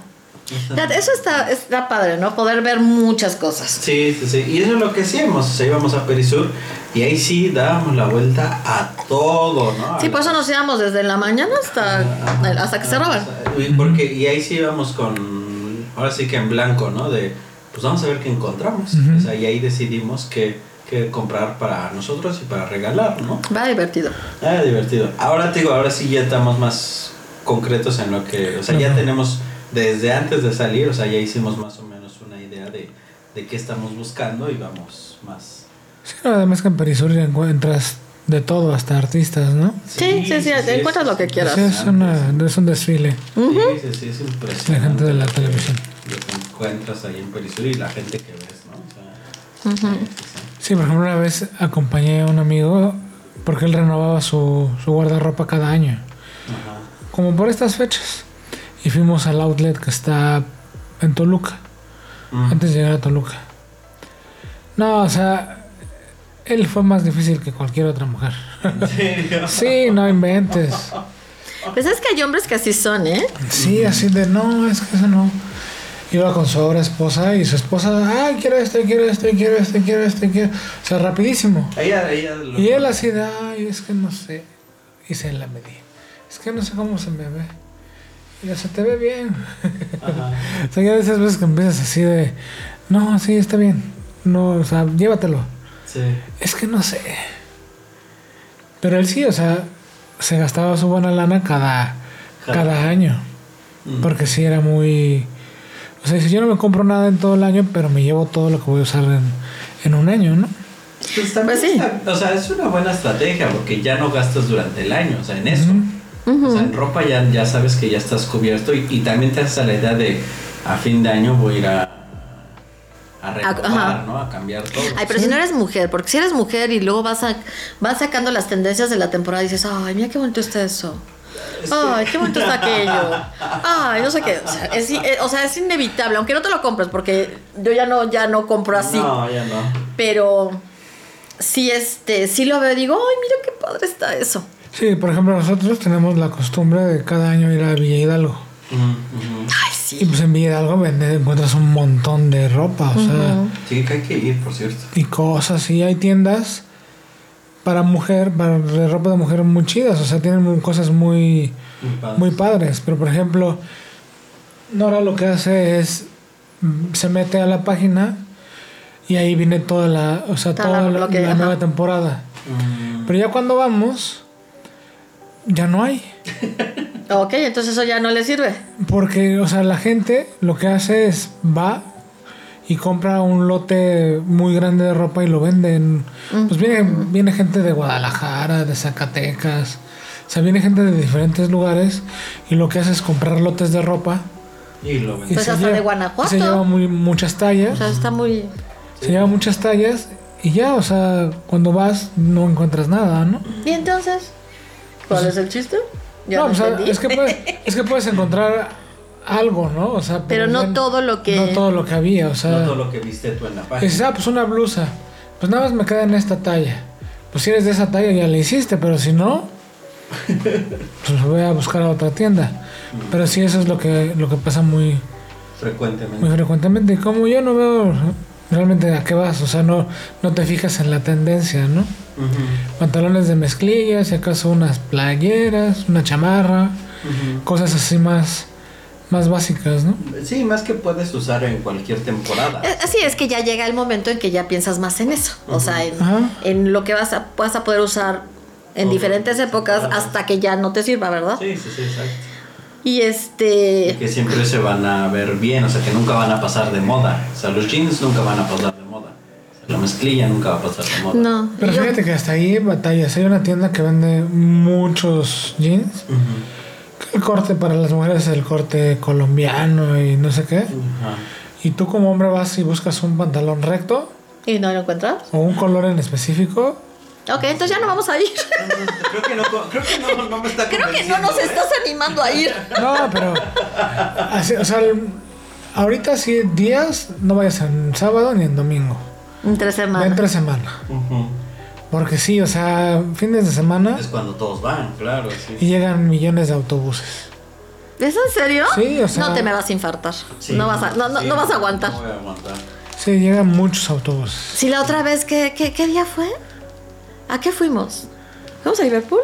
Fíjate, Eso está, está padre, ¿no? Poder ver muchas cosas. Sí, sí, sí. Y eso es lo que hacíamos. O sea, íbamos a Perisur y ahí sí dábamos la vuelta a todo, ¿no? Sí, por eso no nos íbamos desde la mañana hasta, Ah, hasta que cerraban. Y, porque, y ahí sí íbamos con. Ahora sí que en blanco, ¿no? De pues vamos a ver qué encontramos. Ujú. O sea, y ahí decidimos qué, qué comprar para nosotros y para regalar, ¿no? Va divertido. Ah, divertido. Ahora te digo, ahora sí ya estamos más concretos en lo que, o sea, ya tenemos desde antes de salir, o sea, ya hicimos más o menos una idea de, de qué estamos buscando y vamos más. Sí, no, además que en Perisur ya encuentras de todo, hasta artistas, ¿no? Sí, sí, sí, te encuentras es lo que quieras. Sí, es, una, es un desfile. Sí, sí, sí, es impresionante. La gente de la lo que- televisión. Lo que encuentras ahí en Perisur y la gente que ves, ¿no? O sea, sí, sí, Sí, por ejemplo, una vez acompañé a un amigo porque él renovaba su, su guardarropa cada año, sí. Ajá. como por estas fechas. Y fuimos al outlet que está en Toluca, Mm. antes de llegar a Toluca. No, o sea, él fue más difícil que cualquier otra mujer. Sí, no inventes. Pues es que hay hombres que así son, ¿eh? Sí, así de no, es que eso no. Iba con su ahora esposa y su esposa, ay, quiero esto, quiero esto, quiero esto, quiero esto, quiero. O sea, rapidísimo. Ella, ella lo- Y él así de, ay, es que no sé. Y se la medí. Es que no sé cómo se me ve. Y yo, se te ve bien. (laughs) Ajá. o sea, ya de esas veces que empiezas así de, no, sí, está bien. No, o sea, llévatelo. Sí. Es que no sé. Pero él sí, o sea, se gastaba su buena lana cada, Cada- cada año. Mm. Porque sí era muy... O sea, si yo no me compro nada en todo el año, pero me llevo todo lo que voy a usar en, en un año, ¿no? Pues también Pues sí. está- o sea, es una buena estrategia porque ya no gastas durante el año, o sea, en eso. O sea, en ropa ya, ya sabes que ya estás cubierto y, y también te haces a la idea de a fin de año voy a ir a, a renovar, ajá. ¿no? A cambiar todo. Ay, pero si no eres mujer, porque si eres mujer y luego vas, a, vas sacando las tendencias de la temporada y dices, ay, mira qué bonito está eso. Ay, qué bonito está aquello. Ay, no sé qué. O sea, es, i- eh, o sea, es inevitable, aunque no te lo compres, porque yo ya no, ya no compro así. No, ya no. Pero sí, este, sí lo veo y digo, ay, mira qué padre está eso. Sí, por ejemplo, nosotros tenemos la costumbre de cada año ir a Villa Hidalgo. Mm, ujú. Ay, Y sí. pues en Villa Hidalgo vende- encuentras un montón de ropa, o sea, Sí, que hay que ir, por cierto. y cosas. Y hay tiendas para mujer, para de ropa de mujer muy chidas, o sea, tienen muy- cosas muy, Muy padre. muy padres. Pero por ejemplo, Nora lo que hace es mm, se mete a la página y ahí viene toda la, o sea, Toda toda la- la, lo que- la ajá. nueva temporada. Mm, Pero ya cuando vamos, ya no hay. Ok, entonces eso ya no le sirve. Porque, o sea, la gente lo que hace es va y compra un lote muy grande de ropa y lo venden. Pues viene, viene gente de Guadalajara, de Zacatecas. O sea, viene gente de diferentes lugares y lo que hace es comprar lotes de ropa. y lo y vendí. Pues hasta de Guanajuato. Se lleva muy, muchas O tallas. sea, está muy. Se lleva muchas tallas y ya, o sea, cuando vas no encuentras nada, ¿no? ¿Y entonces? ¿Cuál es el chiste? Ya no, no, o sea, entendí. es que, puedes, es que puedes encontrar algo, ¿no? O sea, Pero no ya- todo lo que- No todo lo que había, o sea... No todo lo que viste tú en la página. Dices, ah, pues una blusa. Pues nada más me queda en esta talla. Pues si eres de esa talla ya la hiciste, pero si no, pues voy a buscar a otra tienda. Pero sí, eso es lo que, lo que pasa muy, Frecuentemente. muy frecuentemente. Y como yo no veo realmente a qué vas, o sea, no, no te fijas en la tendencia, ¿no? Ujú, Pantalones de mezclilla, si acaso unas playeras, una chamarra, ujú. cosas así más, más básicas, ¿no? Sí, más que puedes usar en cualquier temporada. Eh, Así es que ya llega el momento en que ya piensas más en eso. O sea, en, Ajá. en lo que vas a, vas a poder usar en Todo. diferentes épocas Ajá. hasta que ya no te sirva, ¿verdad? Sí, sí, sí, exacto. Y Y este. que siempre se van a ver bien, o sea, que nunca van a pasar de moda. O sea, los jeans nunca van a pasar de moda. O sea, la mezclilla nunca va a pasar de moda. No. Pero yo- fíjate que hasta ahí hay batallas. Hay una tienda que vende muchos jeans. Ujú. El corte para las mujeres es el corte colombiano y no sé qué. Ajá. Y tú como hombre vas y buscas un pantalón recto ¿Y no lo encuentras? o un color en específico. Ok, entonces ya no vamos a ir. (laughs) Entonces, Creo que no, co- creo que no, no me está Creo que no nos convenciendo, estás ¿eh? animando a ir. No, pero... así, o sea, el- ahorita sí, días, no vayas en sábado ni en domingo. Entre Ve semanas. entre semana. ¿eh? Ujú. Porque sí, o sea, fines de semana Es cuando todos van, claro, y sí. llegan millones de autobuses. ¿Es en serio? Sí, o sea- No te me vas a infartar. Sí, no, vas a, no, no, sí, no vas a aguantar. No voy a aguantar. Sí, llegan muchos autobuses. Si la otra vez, ¿qué, qué, qué día fue? ¿A qué fuimos? ¿Fuimos a Liverpool?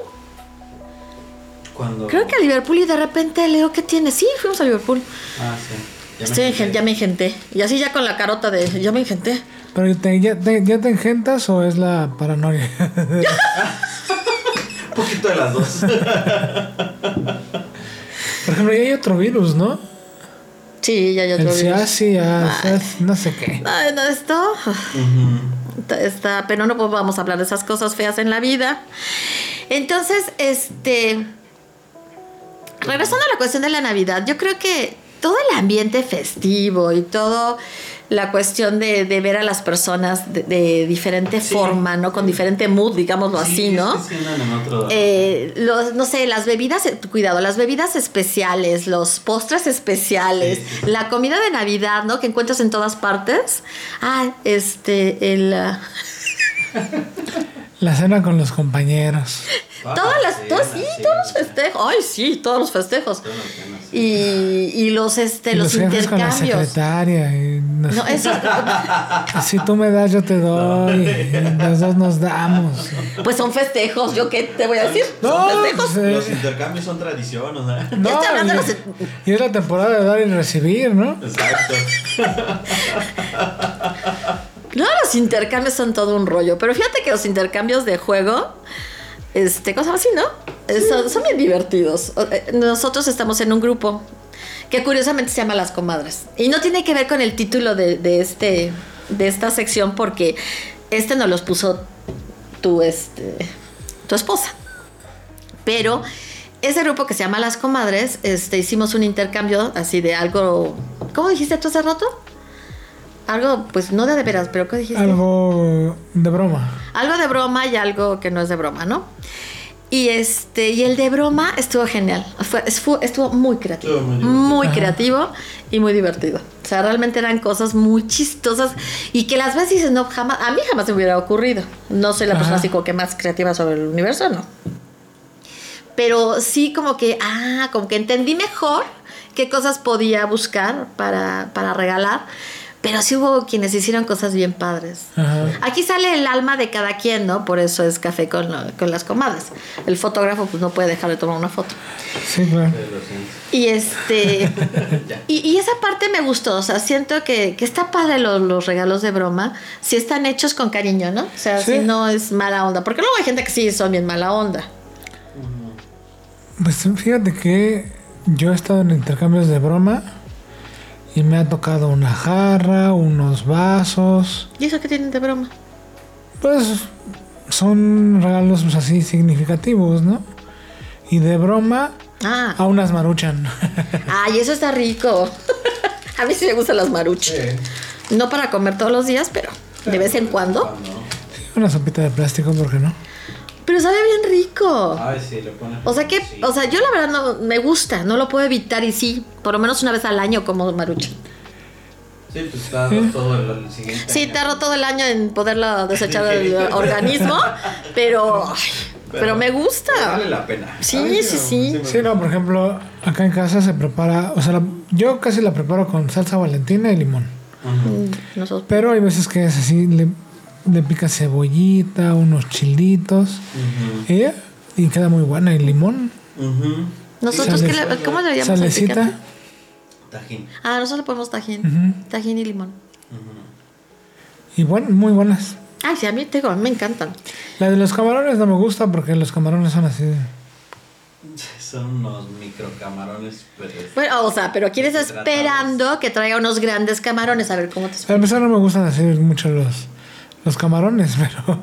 Cuando... Creo que a Liverpool y de repente leo que tiene. Sí, fuimos a Liverpool. Ah, sí. Ya me Estoy fijé. engen- ya me engenté. Y así ya con la carota de ya me engenté. Pero ¿te- ya, te, ¿ya te engentas o es la paranoia? (laughs) Un poquito de las (laughs) dos. Por ejemplo, ya hay otro virus, ¿no? Sí, ya ya El otro virus. SIASI, no sé qué. Ay, no, esto Ujú. está, está- pero no pues, vamos a hablar de esas cosas feas en la vida. Entonces, este, regresando a la cuestión de la Navidad, yo creo que todo el ambiente festivo y todo la cuestión de, de ver a las personas de, de diferente Sí. forma, ¿no? Con diferente mood, digámoslo así, Sí, es ¿no? que sí andan en otro- eh, los, no sé, las bebidas, eh, cuidado, las bebidas especiales, los postres especiales, Sí, sí, sí. la comida de Navidad, ¿no? Que encuentras en todas partes. Ah, este, el... ah, La cena con los compañeros. Papas, todas las... Todos, sí, cenas, todos este- los Ah, sí. festejos. Ay, sí, todos los festejos. Todas las cenas, sí. Y, y los, este, y los, jefes con la intercambios. secretaria. y no No, sé. eso... (laughs) Si tú me das, yo te doy. y Los dos nos damos. Pues son festejos, ¿yo qué te voy a decir? No, son festejos. pues, eh, Los intercambios son tradición, o sea. (laughs) no, estoy hablando de los- y, y es la temporada de dar y recibir, ¿no? Exacto. No, los intercambios son todo un rollo, pero fíjate que los intercambios de juego, este, cosas así, ¿no? Eh, Son, son bien divertidos. O- eh, Nosotros estamos en un grupo que curiosamente se llama Las Comadres. Y no tiene que ver con el título de, de este, de esta sección porque este nos los puso tu, este, tu esposa. Pero ese grupo que se llama Las Comadres, este, hicimos un intercambio así de algo. ¿Cómo dijiste tú hace rato? Algo, pues no de de veras, pero ¿qué dijiste? Algo de broma. algo de broma y algo que no es de broma, ¿no? Y este, y el de broma estuvo genial. Fue, estuvo, estuvo muy creativo. Estuvo muy Muy, divertido. Ajá. creativo y muy divertido. O sea, realmente eran cosas muy chistosas y que las veces dices, no, jamás, a mí jamás me hubiera ocurrido. No soy la Ajá. persona así como que más creativa sobre el universo, no. Pero sí como que, ah, como que entendí mejor qué cosas podía buscar para, para regalar. Pero sí hubo quienes hicieron cosas bien padres. Ajá. Aquí sale el alma de cada quien, ¿no? Por eso es café con, con las comadres. El fotógrafo pues no puede dejar de tomar una foto. Sí, claro. Eh, lo siento. Y este... ya. Y, y esa parte me gustó, o sea, siento que, que está padre los, los regalos de broma, si están hechos con cariño, ¿no? O sea, si Sí. no es mala onda, porque luego hay gente que sí son bien mala onda. Pues fíjate que yo he estado en intercambios de broma y me ha tocado una jarra, unos vasos. ¿Y eso qué tienen de broma? Pues son regalos pues, así significativos, ¿no? Y de broma Ah, a unas maruchan. (laughs) ay, eso está rico. (laughs) A mí sí me gustan las maruchas. Sí. No para comer todos los días, pero de vez en cuando. Cuando. Una sopita de plástico, ¿por qué no? Pero sabe bien rico. Ay, sí, le pones. Oh. O sea que, Sí. o sea, yo la verdad no me gusta, no lo puedo evitar y sí, por lo menos una vez al año como marucha. Sí, pues tardo todo el, el siguiente. Sí, año. tardo todo el año en poderla (laughs) desechar del organismo, pero, ay, pero me Vale gusta. la pena. Sí, A mí sí, me- sí. me- Sí, no, por ejemplo, acá en casa se prepara, o sea, la- yo casi la preparo con salsa valentina y limón. Ujú. Nosotros- Pero hay veces que es así, le, le pica cebollita, unos chilitos, Ujú. ¿eh? y queda muy buena. Y limón, Ujú. Nosotros, Sale- ¿qué le- ¿cómo le llamamos al salecita. Ah, picante? Tajín. (laughs) Ah, nosotros le ponemos tajín, Ujú. tajín y limón. Ujú. Y bueno, muy buenas. Ay, sí, a mí, te digo, a mí me encantan. La de los camarones no me gusta porque los camarones son así. Son unos microcamarones, pero. Bueno, o sea, pero quieres esperando que traiga unos grandes camarones, a ver cómo te... A pesar no me gustan así mucho los, los camarones, (laughs) pero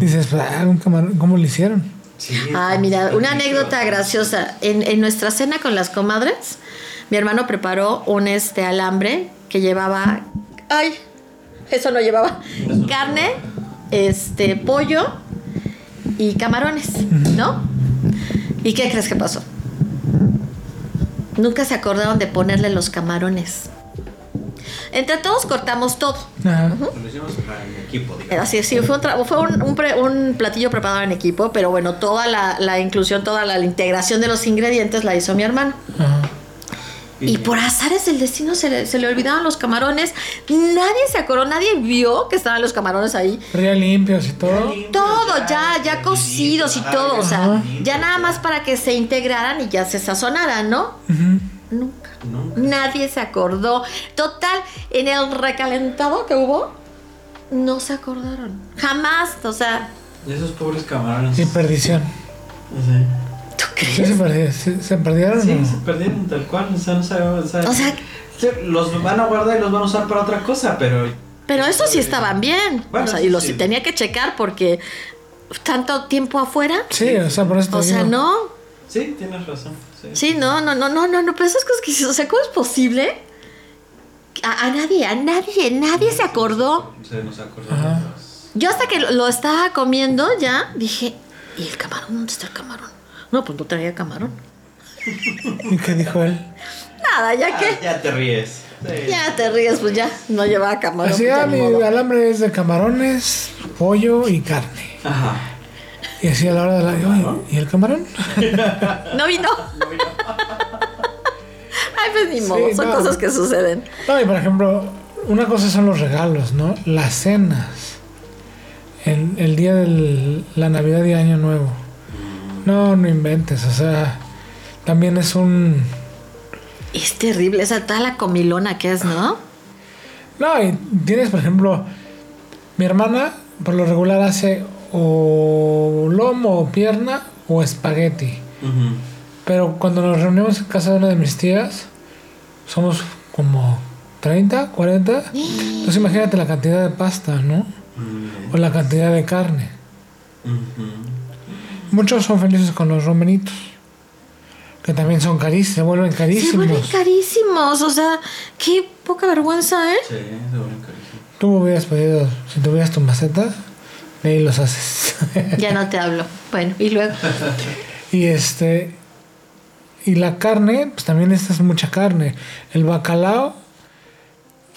dices, pues, ah, un camarón, ¿cómo lo hicieron? Sí, Ay, son mira, súper una anécdota micro. graciosa. En, en nuestra cena con las comadres, mi hermano preparó un este alambre que llevaba. ¡Ay! Eso no llevaba. Carne, este, pollo y camarones, ¿no? ¿Y qué crees que pasó? Nunca se acordaron de ponerle los camarones. Entre todos cortamos todo. Ajá. Lo hicimos para el equipo, digamos. Eh, Así, sí, fue un, tra- fue un, un pre- un platillo preparado en equipo, pero bueno, toda la, la inclusión, toda la, la integración de los ingredientes la hizo mi hermano. Ajá. Y por azares del destino se le, se le olvidaron los camarones. Nadie se acordó, nadie vio que estaban los camarones ahí. Pero ya limpios y todo. Todo, ya, ya cocidos y todo, o sea, ya nada más para que se integraran y ya se sazonaran, ¿no? Ujú. Nunca. No, Nadie se acordó. Total, en el recalentado que hubo, no se acordaron. Jamás, o sea, esos pobres camarones. Y perdición. No sé. ¿tú crees? Sí, se perdieron. ¿Se, se perdieron? Sí, ¿no? se perdieron tal cual, o sea, no sabemos, o sea, O sea- sí, los van a guardar y los van a usar para otra cosa, pero Pero estos sí estaban bien. Bueno, o sea, eso y los sí. sí tenía que checar porque tanto tiempo afuera. Sí, o sea, por eso te O sea, digo. no. sí, tienes razón. Sí. Sí, no, no, no, no, no, no. Pero esas cosas que dices, o sea, ¿cómo es posible? A, a nadie, a nadie, nadie se acordó. Se nos acordó. Ajá. de los- Yo hasta que lo estaba comiendo ya, dije, ¿y el camarón? ¿Dónde está el camarón? No, pues no traía camarón. ¿Y qué dijo él? Nada, ya Ah, que. ya te ríes. Sí. Ya te ríes, pues ya no llevaba camarón. Así, pues ya ah, ni mi modo. alambre es de camarones, pollo y carne. Ajá. Y así a la hora de la... "Oye, ¿Y el camarón? No (laughs) vino. (laughs) Ay, pues ni Sí, modo, son no. cosas que suceden. No, y por ejemplo, una cosa son los regalos, ¿no? Las cenas. El, el día de la Navidad y Año Nuevo. No, no inventes, o sea, también es un... Es terrible, esa toda la comilona que es, ¿no? No, y tienes, por ejemplo, Mi hermana por lo regular hace o lomo o pierna o espagueti. Ujú. Pero cuando nos reunimos en casa de una de mis tías, somos como 30, 40. Entonces imagínate la cantidad de pasta, ¿no? Mm, O la cantidad de carne. ujú. Muchos son felices con los romeritos. Que también son carísimos, se vuelven Se vuelven carísimos. carísimos, o sea, qué poca (laughs) vergüenza, ¿eh? Sí, se vuelven carísimos. Tú hubieras pedido, si tuvieras tu maceta, de ahí los haces. (laughs) Ya no te hablo. Bueno, y luego. y este. Y la carne, pues también esta es mucha carne. El bacalao.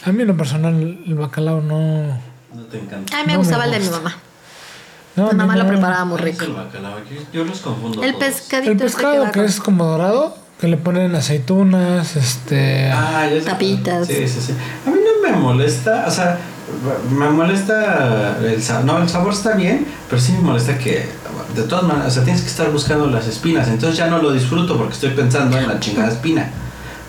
A mí en lo personal, el bacalao no. No te encanta. A mí me No me gustaba el de mi gusta. mamá. no, mi mamá no, Pues lo no. preparaba muy ¿Cuál es rico. el bacalao? Yo, yo los confundo. El todos. pescadito. El este va pescado que con- es como dorado, que le ponen aceitunas, este. Ah, ya sé. Tapitas. Sí, sí, sí. A mí no me molesta, o sea, me molesta el sabor. No, el sabor está bien, pero sí me molesta que, de todas maneras, o sea, tienes que estar buscando las espinas. Entonces ya no lo disfruto porque estoy pensando en la chingada espina.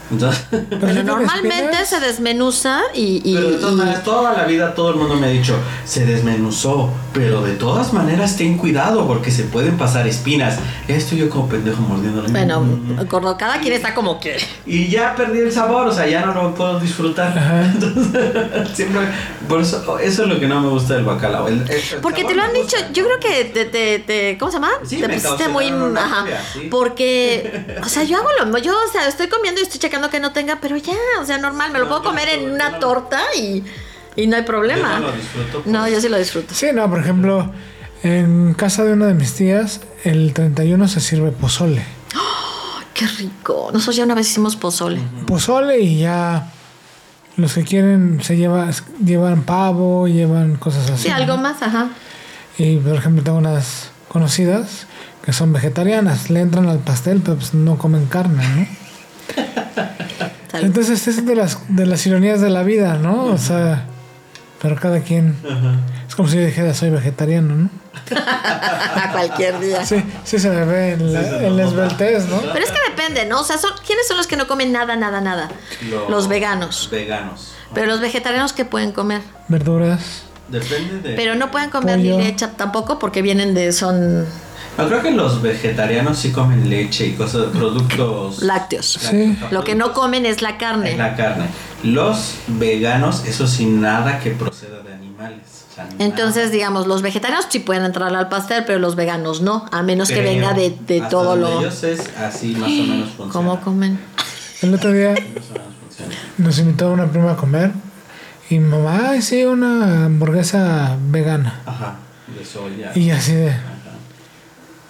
Entonces, Pero Pero sí tiene normalmente espinas. se desmenuza y. y- pero de todas y- maneras, toda la vida todo el mundo me ha dicho, se desmenuzó, pero de todas maneras ten cuidado porque se pueden pasar espinas. Ya estoy yo como pendejo mordiéndole. Mm. Bueno, gordo, cada quien está como quiere. Y ya perdí el sabor, o sea, ya no lo puedo disfrutar. Ajá. (laughs) Siempre, por eso, eso es lo que no me gusta del bacalao. el- el- el Porque te sabor lo me han dicho, gusta. yo creo que te, te, te- ¿cómo se llama? Sí, te me pusiste causé muy, la horror, ajá, sí. (laughs) porque, o sea, yo hago lo mismo, yo, o sea, estoy comiendo y estoy checando que no tenga, pero ya, o sea, normal, me lo No, puedo yo no comer puedo, en yo una no lo- torta y, y no hay problema. Yo no lo disfruto, pues. No, yo sí lo disfruto. Sí, no, por ejemplo, en casa de una de mis tías, el 31 se sirve pozole. Qué rico. Nosotros ya una vez hicimos pozole. Pozole y ya los que quieren se lleva, llevan pavo, llevan cosas así. Sí, algo ¿no? más, ajá. Y por ejemplo, tengo unas conocidas que son vegetarianas, le entran al pastel, pero pues no comen carne, ¿no? Salud. Entonces, es de las, de las ironías de la vida, ¿no? O sea, pero cada quien. Ajá. Es como si yo dijera, soy vegetariano, ¿no? (laughs) A (laughs) cualquier día. Sí, sí se me ve en la, Sí, se me en la nota. esbeltez, ¿no? Pero es que depende, ¿no? O sea, son, ¿quiénes son los que no comen nada, nada, nada? Los, veganos. Veganos. Pero los vegetarianos, ¿qué pueden comer? Verduras. Depende de. Pero no pueden comer Pollo. ni leche tampoco porque vienen de, son Yo creo que los vegetarianos sí comen leche y cosas de productos. lácteos. Sí. Lo que no comen es la es carne. la carne. Los veganos, eso sin nada que proceda de animales. o sea, nada. Entonces, digamos, los vegetarianos sí pueden entrar al pastel, pero los veganos no, a menos que Creo, venga de, de hasta todo donde lo... Yo sé, es así más o menos funciona. ¿Cómo comen? El otro día Más o menos funciona. nos invitó una prima a comer y mi mamá, ay, sí, una hamburguesa vegana. Ajá. De soya. Y así de, Ajá.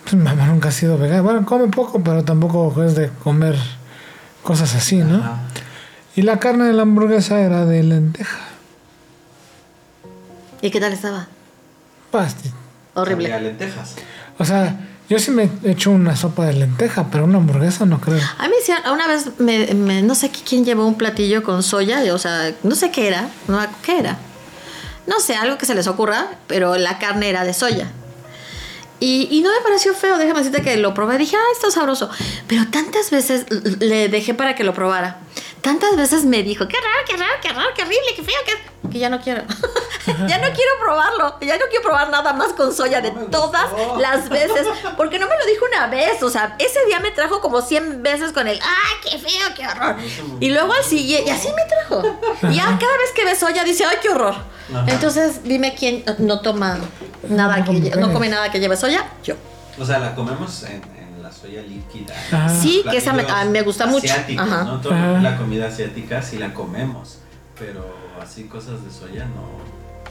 pues mi mamá nunca ha sido vegana. Bueno, come poco, pero tampoco es de comer cosas así, ¿no? Ajá. Y la carne de la hamburguesa era de lenteja. ¿Y qué tal estaba? Pasti. Horrible. Había lentejas. O sea, yo sí me echo una sopa de lenteja, pero una hamburguesa no creo. A mí hicieron- una vez, me, me- no sé qué- quién llevó un platillo con soya, y, o sea, no sé qué era, no me acu- qué era. No sé, algo que se les ocurra, pero la carne era de soya. Y, y no me pareció feo, déjame decirte que lo probé, dije, ah, está sabroso. Pero tantas veces l- le dejé para que lo probara. Tantas veces me dijo, qué raro, qué raro, qué raro, qué horrible, qué feo, qué... que ya no quiero. (laughs) ya no quiero probarlo, ya no quiero probar nada más con soya de No me gustó. todas las veces. Porque no me lo dijo una vez, o sea, ese día me trajo como 100 veces con el, ay, qué feo, qué horror. Y luego al siguiente, y así me trajo. Y ya cada vez que ve soya dice, ay, qué horror. Ajá. Entonces, dime quién no toma nada No que come lle- no carne. come nada que lleve soya, yo. O sea, la comemos en, en la soya líquida. Ajá. Sí, que esa me- Platillos ah, me gusta mucho. asiáticos, Ajá. ¿no? Todo lo que Ajá. es la comida asiática sí la comemos, pero así cosas de soya no.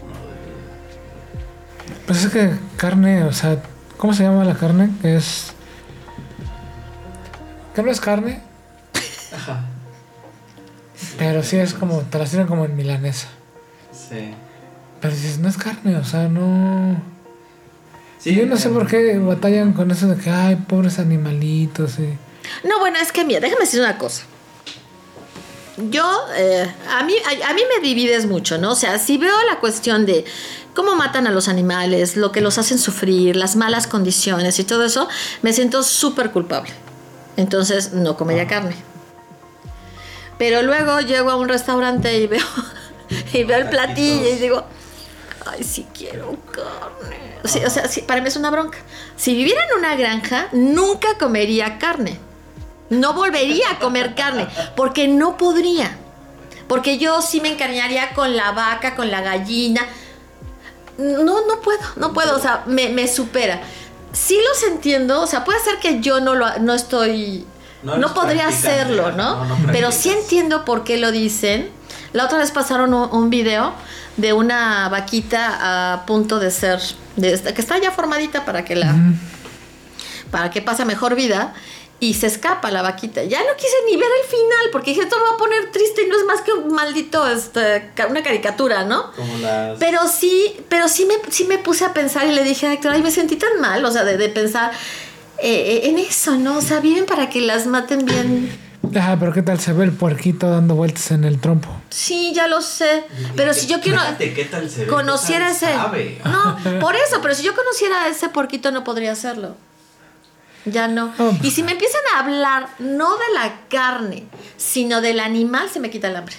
no debería. Pues es que carne, o sea, ¿cómo se llama la carne? Que es. que no es carne, Ajá. pero sí es como. te la sirven como en milanesa. Sí. Pero dices, no es carne, o sea, no. Sí, yo no sé eh, por qué batallan con eso de que, ay, pobres animalitos. Y... No, bueno, es que mira, déjame decir una cosa. Yo, eh, a, mí, a, a mí me divides mucho, ¿no? O sea, si veo la cuestión de cómo matan a los animales, lo que los hacen sufrir, las malas condiciones y todo eso, me siento súper culpable. Entonces, no comería carne. (laughs) Pero luego llego a un restaurante y veo, y veo el platillo y digo, ay, sí quiero carne. Sí, o sea, sí, para mí es una bronca. Si viviera en una granja, nunca comería carne. No volvería a comer carne, porque no podría. Porque yo sí me encariñaría con la vaca, con la gallina. No, no puedo, no puedo, o sea, me, me supera. Sí los entiendo, o sea, puede ser que yo no, lo, no estoy no, No no los podría practican, hacerlo, ¿verdad? ¿no? No, no practicas. Pero sí entiendo por qué lo dicen. La otra vez pasaron un, un video de una vaquita a punto de ser, de esta- que está ya formadita para que la, para que pase mejor vida. Y se escapa la vaquita. Ya no quise ni ver el final porque dije, esto me va a poner triste y no es más que un maldito, este, ca- una caricatura, ¿no? Como las. Pero sí, pero sí me, sí me puse a pensar y le dije a Héctor, ay, me sentí tan mal, o sea, de, de pensar eh, eh, en eso, ¿no? O sea, viven para que las maten bien. Ah, pero qué tal se ve el puerquito dando vueltas en el trompo. Sí, ya lo sé. Pero si yo quiero Fíjate ¿Qué tal se ve? conociera ¿Qué tal ese... sabe? No, por eso, pero si yo conociera a ese porquito no podría hacerlo. Ya no. Y si me empiezan a hablar no de la carne, sino del animal, se me quita el hambre.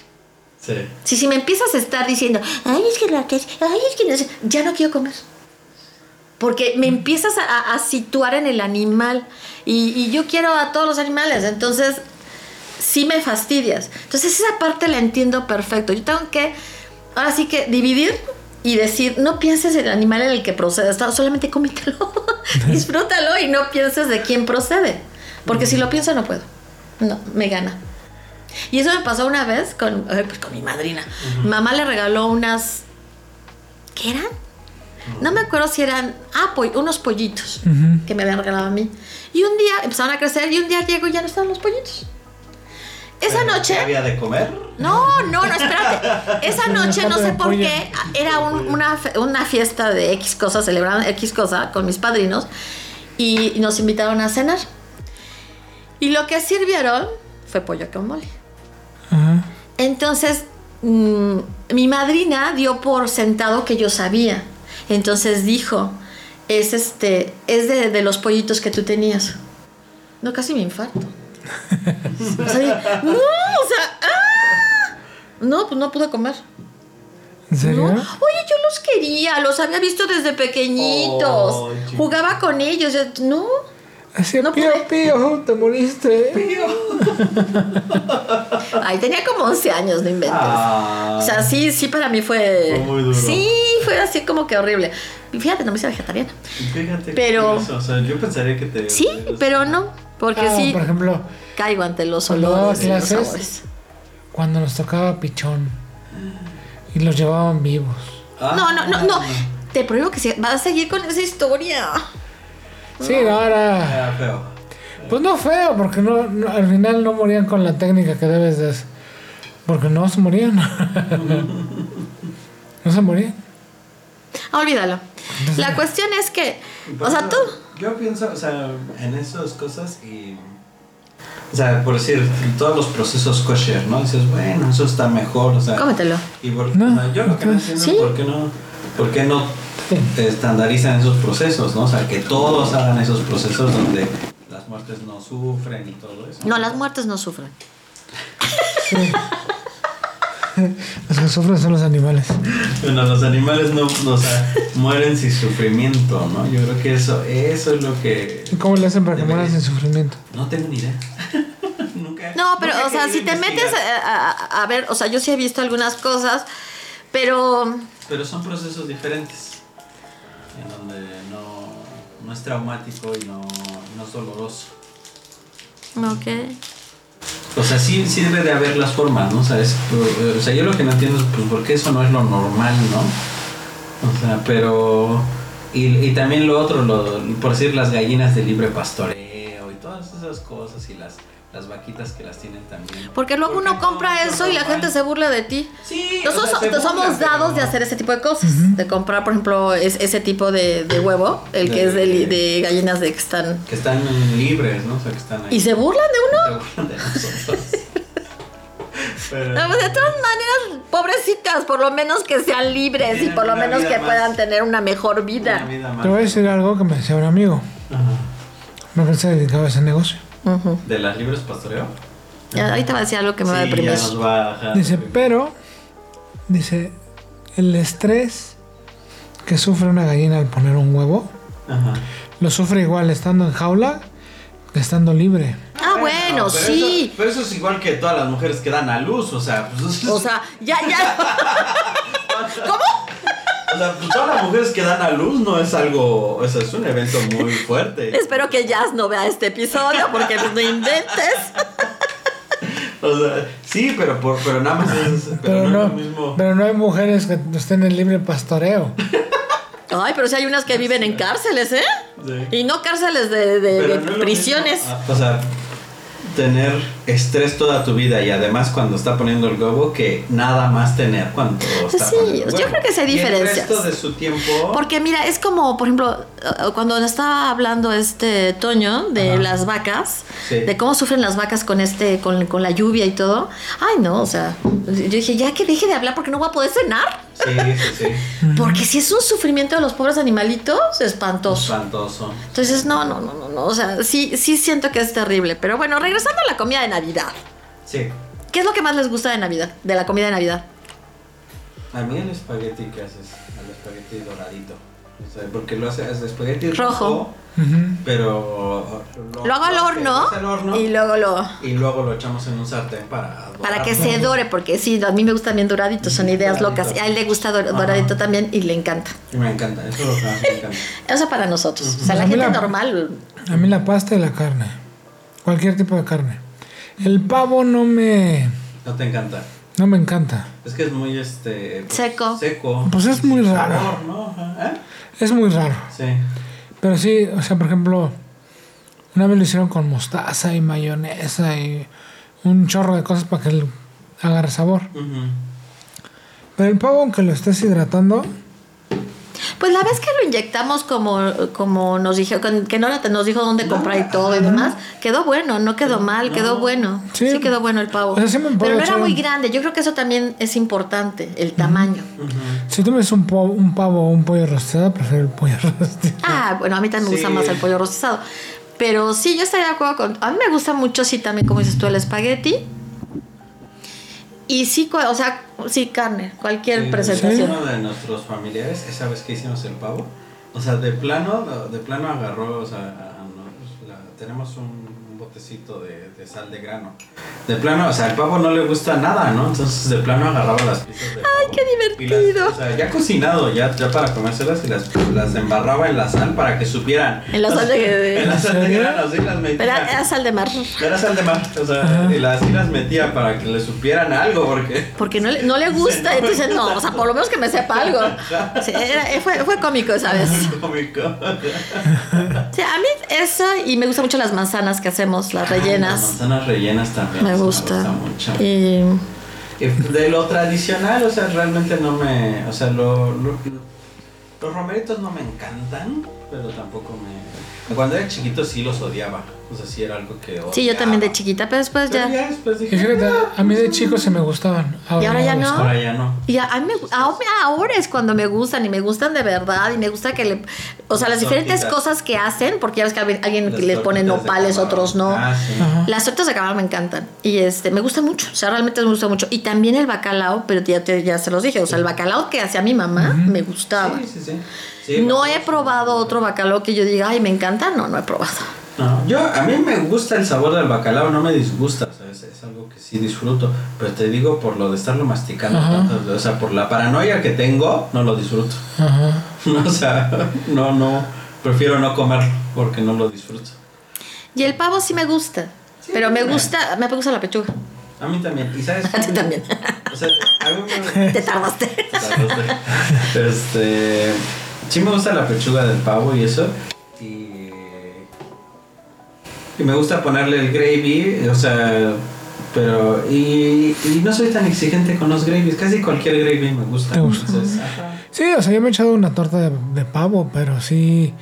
Sí. Si, si me empiezas a estar diciendo, ay, es que la que, ay, es que no sé", ya no quiero comer. Porque me empiezas a- a, a situar en el animal. Y, y yo quiero a todos los animales. Entonces, sí me fastidias. Entonces, esa parte la entiendo perfecto. Yo tengo que, ahora sí que dividir y decir, no pienses en el animal en el que procedes, no, solamente cómetelo, (laughs) disfrútalo y no pienses de quién procede. Porque si lo pienso, no puedo. No, me gana. Y eso me pasó una vez con, ay, pues, con mi madrina. Mi Mamá le regaló unas. ¿Qué eran? No me acuerdo si eran. Ah, poll- unos pollitos Ujú. que me habían regalado a mí. Y un día empezaron a crecer y un día llego y ya no estaban los pollitos. Esa Pero, noche. ¿qué había de comer? No, no, no, espérate. Esa Una noche, (laughs) no pata sé de por pollo. qué, era un- una, fe- una fiesta de X cosa, celebraban X cosa con mis padrinos y nos invitaron a cenar. Y lo que sirvieron fue pollo con mole. Ajá. Entonces, mm, mi madrina dio por sentado que yo sabía. Entonces dijo, es este, es de, de los pollitos que tú tenías. No, casi me (laughs) infarto. O sea, dije, no, o sea, ¡ah! no, pues no pude comer. ¿En ¿no? serio? Oye, yo los quería, los había visto desde pequeñitos. Oh, chiquito. Jugaba con ellos, yo, no. Así, No pío, pude. pío, te moriste. Ay, tenía como 11 años, no inventes. Ah. O sea, sí, sí, para mí fue. Fue muy duro. Sí, fue así como que horrible. Y Fíjate, no me hice vegetariana. Fíjate. pero- Pero. o sea, yo pensaría que te. Sí, pero no, porque Ah, sí Por ejemplo, caigo ante los Cuando daba olores y los clases. sabores. cuando nos tocaba pichón y los llevaban vivos. Ah, No, no, no, no. Te prohíbo que se- vas a seguir con esa historia. Sí, ahora. Era ah, feo. Pues no feo, porque no, no- al final no morían con la técnica que debes de. hacer. Porque no se morían. (laughs) no se morían. (laughs) Ah, Olvídalo. La cuestión es que, o sea, tú. Yo pienso, o sea, en esas cosas y. O sea, por decir, todos los procesos kosher, ¿no? Dices, bueno, eso está mejor, o sea. Cómetelo. Y por, No. o sea, yo lo que no entiendo Sí. es por qué no, por qué no estandarizan esos procesos, ¿no? O sea, que todos hagan esos procesos donde las muertes no sufren y todo eso. No, las muertes no sufren. Los que sufren son los animales. Bueno, los animales no, no, o sea, mueren sin sufrimiento, ¿no? Yo creo que eso, eso es lo que... ¿Y cómo le hacen para que Debería. mueran sin sufrimiento? No tengo ni idea. (laughs) nunca. No, pero, nunca he o sea, querido si te investigar. metes a, a- a ver, o sea, yo sí he visto algunas cosas, pero Pero son procesos diferentes. En donde no, no es traumático y no, no es doloroso. Ok. O sea, sí, sí debe de haber las formas, ¿no? O sea, es- o sea, yo lo que no entiendo es pues, por qué eso no es lo normal, ¿no? O sea, pero... Y, y también lo otro, lo, por decir las gallinas de libre pastoreo y todas esas cosas y las, las vaquitas que las tienen también. Porque luego ¿Por qué uno compra no es eso y la normal? gente se burla de ti. Sí, o Nosotros sea, se so- somos burlan, pero dados de no. hacer ese tipo de cosas, de comprar, por ejemplo, es- ese tipo de, de huevo, el que De- es de, li- de gallinas de que están... Que están libres, ¿no? O sea, que están ahí. Y se burlan de uno. Se burlan (laughs) de nosotros. Pero- No, pues, de todas maneras, pobrecitas, por lo menos que sean libres y Tienen por lo una menos vida que más. puedan tener una mejor Una vida. vida Te voy a más. decir algo que me decía un amigo, Ajá. no que él se dedicaba a ese negocio. Ujú. ¿De las libres pastoreo? Ya, Ahorita va a decir algo que me va a Sí, ya deprimir. nos va a dejar. Dice, pero, dice, el estrés que sufre una gallina al poner un huevo, Ajá. lo sufre igual estando en jaula que estando libre. Ah, bueno, pero sí. eso- pero eso es igual que todas las mujeres que dan a luz, o sea, pues, O sea, ya, (laughs) ya. o sea, pues, todas las mujeres que dan a luz no es algo, o sea, es un evento muy (laughs) fuerte. Espero que Jazz no vea este episodio porque pues, no inventes. O sea, sí, pero por, pero nada más es, pero, Pero no, no, es lo mismo. pero no hay mujeres que estén en libre pastoreo. Ay, pero sí hay unas que viven en cárceles, ¿eh? Sí. Y no cárceles de, de- de Pero no es lo mismo, prisiones. ah, o sea, tener estrés toda tu vida y además cuando está poniendo el huevo que nada más tener cuando está Sí, poniendo el yo huevo. creo que sí hay Y diferencias. el resto de su tiempo. Porque mira, es como, por ejemplo, eh, cuando estaba hablando este Toño de Ajá. las vacas, Sí. de cómo sufren las vacas con este, con, con la lluvia y todo. Ay, no, o sea, yo dije, ya que deje de hablar porque no voy a poder cenar. Sí, sí, (laughs) sí. Porque si es un sufrimiento de los pobres animalitos, espantoso. Espantoso. Entonces, no, no, no, no, no. O sea, sí, sí siento que es terrible. Pero bueno, regresando a la comida de Navidad. Sí. ¿Qué es lo que más les gusta de Navidad? De la comida de Navidad. A mí el espagueti que haces, el espagueti doradito. O sea, porque lo haces espagueti Rojo. rojo, Ujú. pero Lo hago al horno, lo haces al horno y y, luego lo... luego lo echamos en un sartén para Para dorarlo. que se dore, porque sí, a mí me gustan bien doraditos, son ideas locas. Y a él le gusta dor- doradito también y le encanta. Y me encanta, eso es lo que más me encanta. Eso para nosotros. O sea, la A mí gente la- normal... A mí la pasta y la carne. Cualquier tipo de carne. El pavo no me, No te encanta. no me encanta. Es que es muy este pues, Seco. Seco. Pues es muy Sin raro. sabor, ¿no? Ajá, ¿eh? Es muy raro. Sí. Pero sí, o sea, por ejemplo, una vez lo hicieron con mostaza y mayonesa y un chorro de cosas para que le agarre sabor. Ujú. Pero el pavo, aunque lo estés hidratando, Pues la vez que lo inyectamos como, como nos dijo, con- que Nora te nos dijo dónde comprar y todo y demás, quedó bueno, no quedó mal, quedó bueno. Sí, Sí. quedó bueno el pavo. O sea, sí me puedo Pero no era echar muy un- grande, yo creo que eso también es importante, el tamaño. si tú me haces un, po- un pavo o un pollo rostizado, prefiero el pollo (laughs) rostizado. Ah, bueno, a mí también me gusta Sí. más el pollo rostizado. Pero sí, yo estaría de acuerdo con... A mí me gusta mucho, sí, también, como dices tú, el espagueti. Y sí, cu- o sea, sí, carne, cualquier Sí, presentación. Uno de nuestros familiares, esa vez que hicimos el pavo, o sea, de plano, de plano agarró, o sea, a- a nos- la- tenemos un botecito de, de sal de grano. De plano, o sea, al pavo no le gusta nada, ¿no? Entonces, de plano agarraba las piezas de ¡Ay, qué divertido! o sea, ya cocinado, ya, ya para comérselas y las, las embarraba en la sal para que supieran. En la sal de- (laughs) En la sal de grano, sí, las metía. Pero era sal de mar. Era sal de mar, o sea, y las, y las metía para que le supieran algo, porque... Porque no le, no le gusta, entonces no, o sea, por lo menos que me sepa (laughs) algo. Sí, era- fue, fue cómico, ¿sabes? Cómico. Sí, a mí eso, y me gustan mucho las manzanas que hacemos, las Las rellenas. manzanas rellenas también. Me sí, gusta. mucho. Y Y De lo tradicional, o sea, realmente no me. O sea, lo, lo- los romeritos no me encantan, pero tampoco me. Cuando era chiquito sí los odiaba. O sea, sí era algo que odiaba. sí, yo también de chiquita, pero después Pero ya. después Y dije. fíjate, "Ah, a mí de chico se me gustaban. ¿Y ahora me ya no? gustan. Ahora ya no. Y a, a mí me, ahora, ahora es cuando me gustan y me gustan de verdad y me gusta que le... O sea, las diferentes Tortitas. cosas que hacen, porque ya ves que alguien, alguien Las que le pone tortitas de nopales, camarón. otros no. Ah, sí. Ajá. Las tortas de camarón me encantan y este me gusta mucho, o sea, realmente me gusta mucho. Y también el bacalao, pero ya, te- ya se los dije, o sea, el bacalao que hacía mi mamá me gustaba. Sí, sí, sí. Sí, no me he gusta. probado otro bacalao que yo diga, ay, me encanta, no, no he probado. No, yo a mí me gusta el sabor del bacalao, no me disgusta, o sea, es, es algo que sí disfruto, pero te digo por lo de estarlo masticando, Ajá. tantas- o sea, por la paranoia que tengo, no lo disfruto. (laughs) Ajá. o sea, no, no, prefiero no comerlo porque no lo disfruto. Y el pavo sí me gusta, Sí, pero me bueno. gusta, me gusta la pechuga. A mí también, y sabes, (laughs) A ti también. o sea, a mí me- Te (laughs) tardaste. este, sí me gusta la pechuga del pavo y eso, y, y me gusta ponerle el gravy, o sea, pero, y, y no soy tan exigente con los gravies, casi cualquier gravy me gusta. Te gusta. entonces, ajá. Sí, o sea, yo me he echado una torta de, de pavo, pero sí,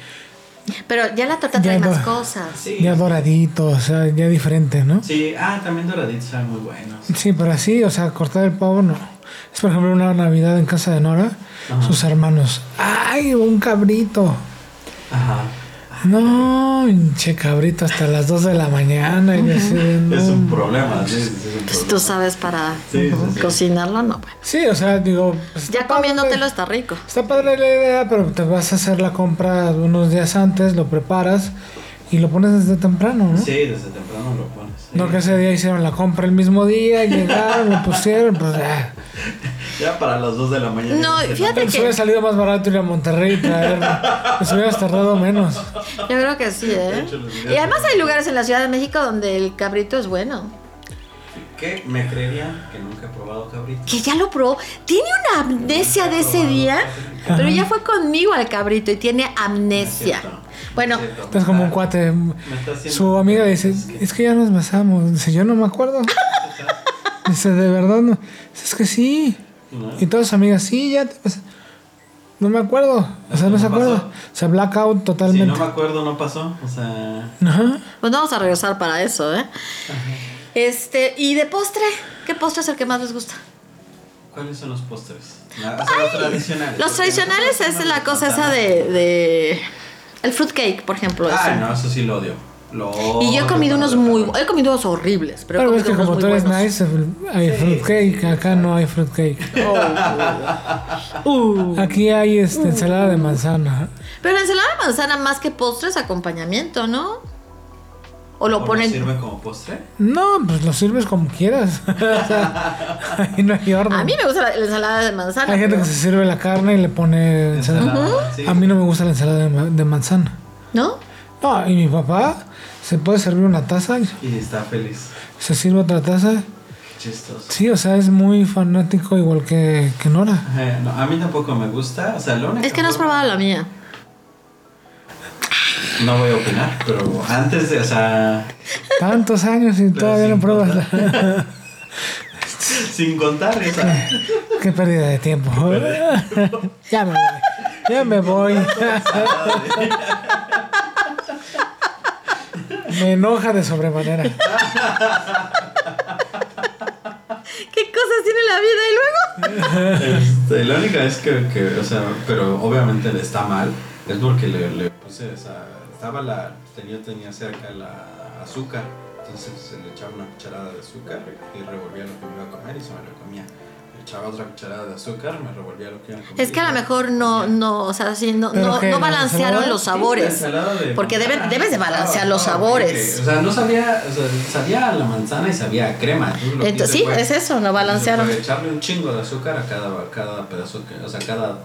Pero ya la torta Ya trae más no. cosas. Sí. ya doradito, o sea, ya diferente, ¿no? Sí, ah, también doraditos saben muy buenos. (laughs) Sí, pero así, o sea, cortar el pavo no. Es por ejemplo una Navidad en casa de Nora, Ajá. sus hermanos. ¡Ay, un cabrito! Ajá. No, hinche cabrito, hasta las 2 de la mañana. Y así, no. (laughs) Es un problema, sí, sí, es un Pues tú problema. sabes para Sí, sí, sí. cocinarlo, no, bueno. Sí, o sea, digo. pues, Ya está padre. comiéndotelo está rico. Está padre la idea, pero te vas a hacer la compra unos días antes, lo preparas y lo pones desde temprano, ¿no? Sí, desde temprano lo pones. sí. No que ese día hicieron la compra el mismo día, llegaron, lo pusieron, pues ah, Ya para las 2 de la mañana. No, ya se fíjate nota. les Pues hubiera salido más barato ir a Monterrey y traerlo. Nos hubieras tardado menos. Yo creo que sí, ¿eh? hecho, los videos Y además son- hay lugares en la Ciudad de México donde el cabrito es bueno. ¿Qué? ¿Me creerían que nunca he probado cabrito? Que ya lo probó. Tiene una amnesia de ese día, pero ya fue conmigo al cabrito y tiene amnesia. No es cierto, Bueno, no es cierto, Estás como un me cuate. está- Ah. me está haciendo- Su amiga dice, es que ya nos besamos. Dice, yo no me acuerdo. Dice, de verdad no. Dice, es que sí. No. Y todas sus amigas, sí, ya te besé". No me acuerdo. O sea, no se acuerda. O sea, blackout Si totalmente. no me acuerdo, no pasó. O sea, Ajá. pues vamos a regresar para eso, ¿eh? Este, y de postre, ¿qué postre es el que más les gusta? ¿cuáles son los postres? La- o sea, los tradicionales. Los porque tradicionales nosotros no es nos la cosa gusta esa de, de- el fruitcake, por ejemplo. nada. Ah, ese. no, eso sí lo odio. Lo Y yo he odio comido para unos la muy, tarde. he comido unos horribles, pero, Pero he es que comido como unos tú muy eres buenos. nice, hay fruitcake. Acá no hay fruitcake. Uh. Aquí hay este, ensalada de manzana. Pero la ensalada de manzana más que postre es acompañamiento, ¿no? O lo ¿O ponen. sirve como postre? No, pues lo sirves como quieras. (laughs) o sea, ahí no hay orden. A mí me gusta la, la ensalada de manzana. Hay gente pero- que se sirve la carne y le pone ensalada. Ensalada, sí. A mí no me gusta la ensalada de, ma- de manzana. ¿No? No, y mi papá se puede servir una taza, y Y está feliz. se sirve otra taza. Chistoso. Sí, o sea, es muy fanático igual que, que Nora. Ajá, Eh, no, a mí tampoco me gusta. O sea, lo único Es que no has probado la mía. No voy a opinar, pero antes de, o sea, Tantos años y todavía sin no pruebas. contar. la- sin contar, o sea, (laughs) Qué pérdida de tiempo. (laughs) ya me voy. Ya me voy. (laughs) me enoja de sobremanera. ¿Qué cosas tiene la vida? Y luego. este, la única vez que, que, o sea, pero obviamente le está mal, es porque le, le puse, o sea, estaba la, tenía, tenía cerca la azúcar, entonces se le echaba una cucharada de azúcar y revolvía lo que me iba a comer y se me lo comía. Le echaba otra cucharada de azúcar, me revolvía lo que iba a comer. Es que a lo mejor no, no, o sea, sí, no, ¿Pero no, qué, no la balancearon ensalada? los sabores. Sí, la ensalada de Porque debe- manzana. Ah, debes de balancear los Estaba sabores. horrible. O sea, no sabía, o sea, sabía a la manzana y sabía a crema. Tú lo que Entonces, hice sí, fue- es eso, no balancearon. Entonces, fue Echarle un chingo de azúcar a cada, a cada pedazo, que, o sea, cada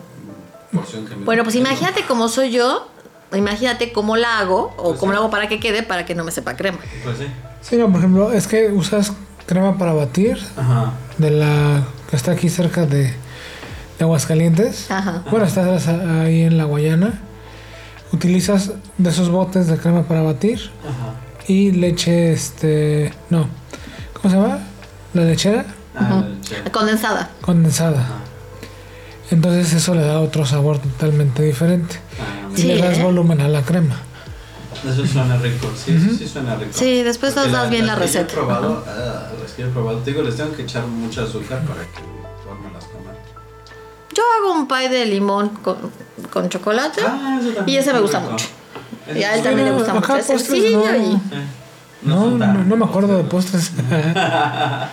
porción que me Bueno, pues imagínate cómo soy yo. Imagínate cómo la hago o Pues cómo sí. la hago para que quede para que no me sepa crema. Pues sí. Sí, no, por ejemplo, es que usas crema para batir Ajá. de la que está aquí cerca de, de Aguascalientes. Ajá. Bueno, estás ahí en la Guayana. Utilizas de esos botes de crema para batir Ajá. y leche, este, no, ¿cómo se llama? La lechera Ah, el chef. Condensada. condensada. Entonces eso le da otro sabor totalmente diferente Ah, y Sí, le das ¿eh? volumen a la crema. Eso suena rico, sí, eso sí suena rico. Sí, después Porque nos das bien la las que yo receta. he probado, ah, las que yo he probado, te digo, les tengo que echar mucho azúcar para que formen las comas. Yo hago un pie de limón con, con chocolate Ah, eso también y ese está me gusta rico. mucho. Ese Y a él está también le rico. gusta mucho. Ajá, Es postres, sencillo no. y... Eh, No, son no, tan no me acuerdo de ricos. postres.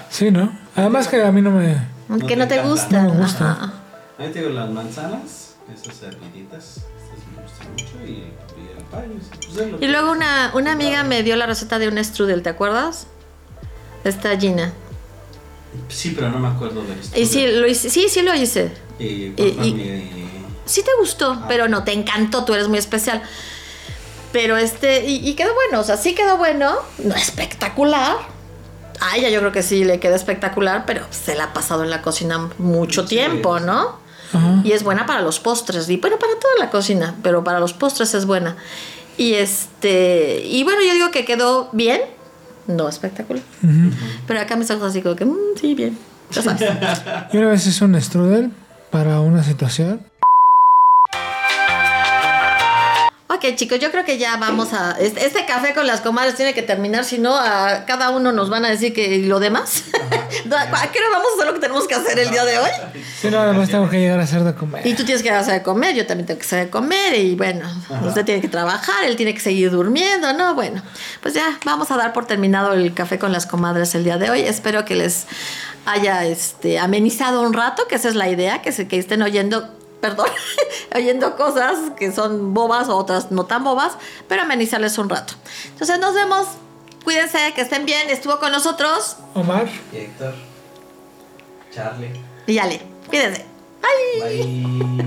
sí, ¿no? Además que a mí no me... Que no No te te encanta. gusta. No me gusta. Ahí te digo, las manzanas, esas herviditas, estas me gustan mucho y, y el pay. pues, es lo Y que- luego una, una amiga me dio la receta de un strudel, ¿te acuerdas? Esta Gina. Sí, pero no me acuerdo de esto. Y sí, lo hice, sí, sí lo hice. Y, cuál fue y- mi- Sí te gustó, pero no te encantó, tú eres muy especial. Pero este, y, y quedó bueno, o sea, sí quedó bueno, no espectacular. A ella yo creo que sí le queda espectacular, pero se la ha pasado en la cocina mucho Sí, tiempo, sí. ¿no? Ajá. Y es buena para los postres, y bueno, para toda la cocina, pero para los postres es buena. Y este, y bueno, yo digo que quedó bien, no espectacular. Ujú. Pero acá me están así como que, "Mm, sí, bien, ya sabes. Yo una vez hice un strudel para una situación. Ok, chicos, yo creo que ya vamos a. Este, este café con las comadres tiene que terminar, si no, a cada uno nos van a decir que ¿y lo demás. (laughs) ¿A qué hora vamos a hacer lo que tenemos que hacer el día de hoy? Sí, no, además tengo que llegar a hacer de comer. Y tú tienes que hacer de comer, yo también tengo que hacer de comer, y bueno, usted tiene que trabajar, él tiene que seguir durmiendo, ¿no? Bueno, pues ya vamos a dar por terminado el café con las comadres el día de hoy. Espero que les haya este, amenizado un rato, que esa es la idea, que, se, que estén oyendo, perdón, (laughs) oyendo cosas que son bobas o otras no tan bobas, pero amenizarles un rato. Entonces nos vemos, cuídense, que estén bien, estuvo con nosotros Omar. Y Héctor, Charlie, y ya le, cuídense. Bye. bye.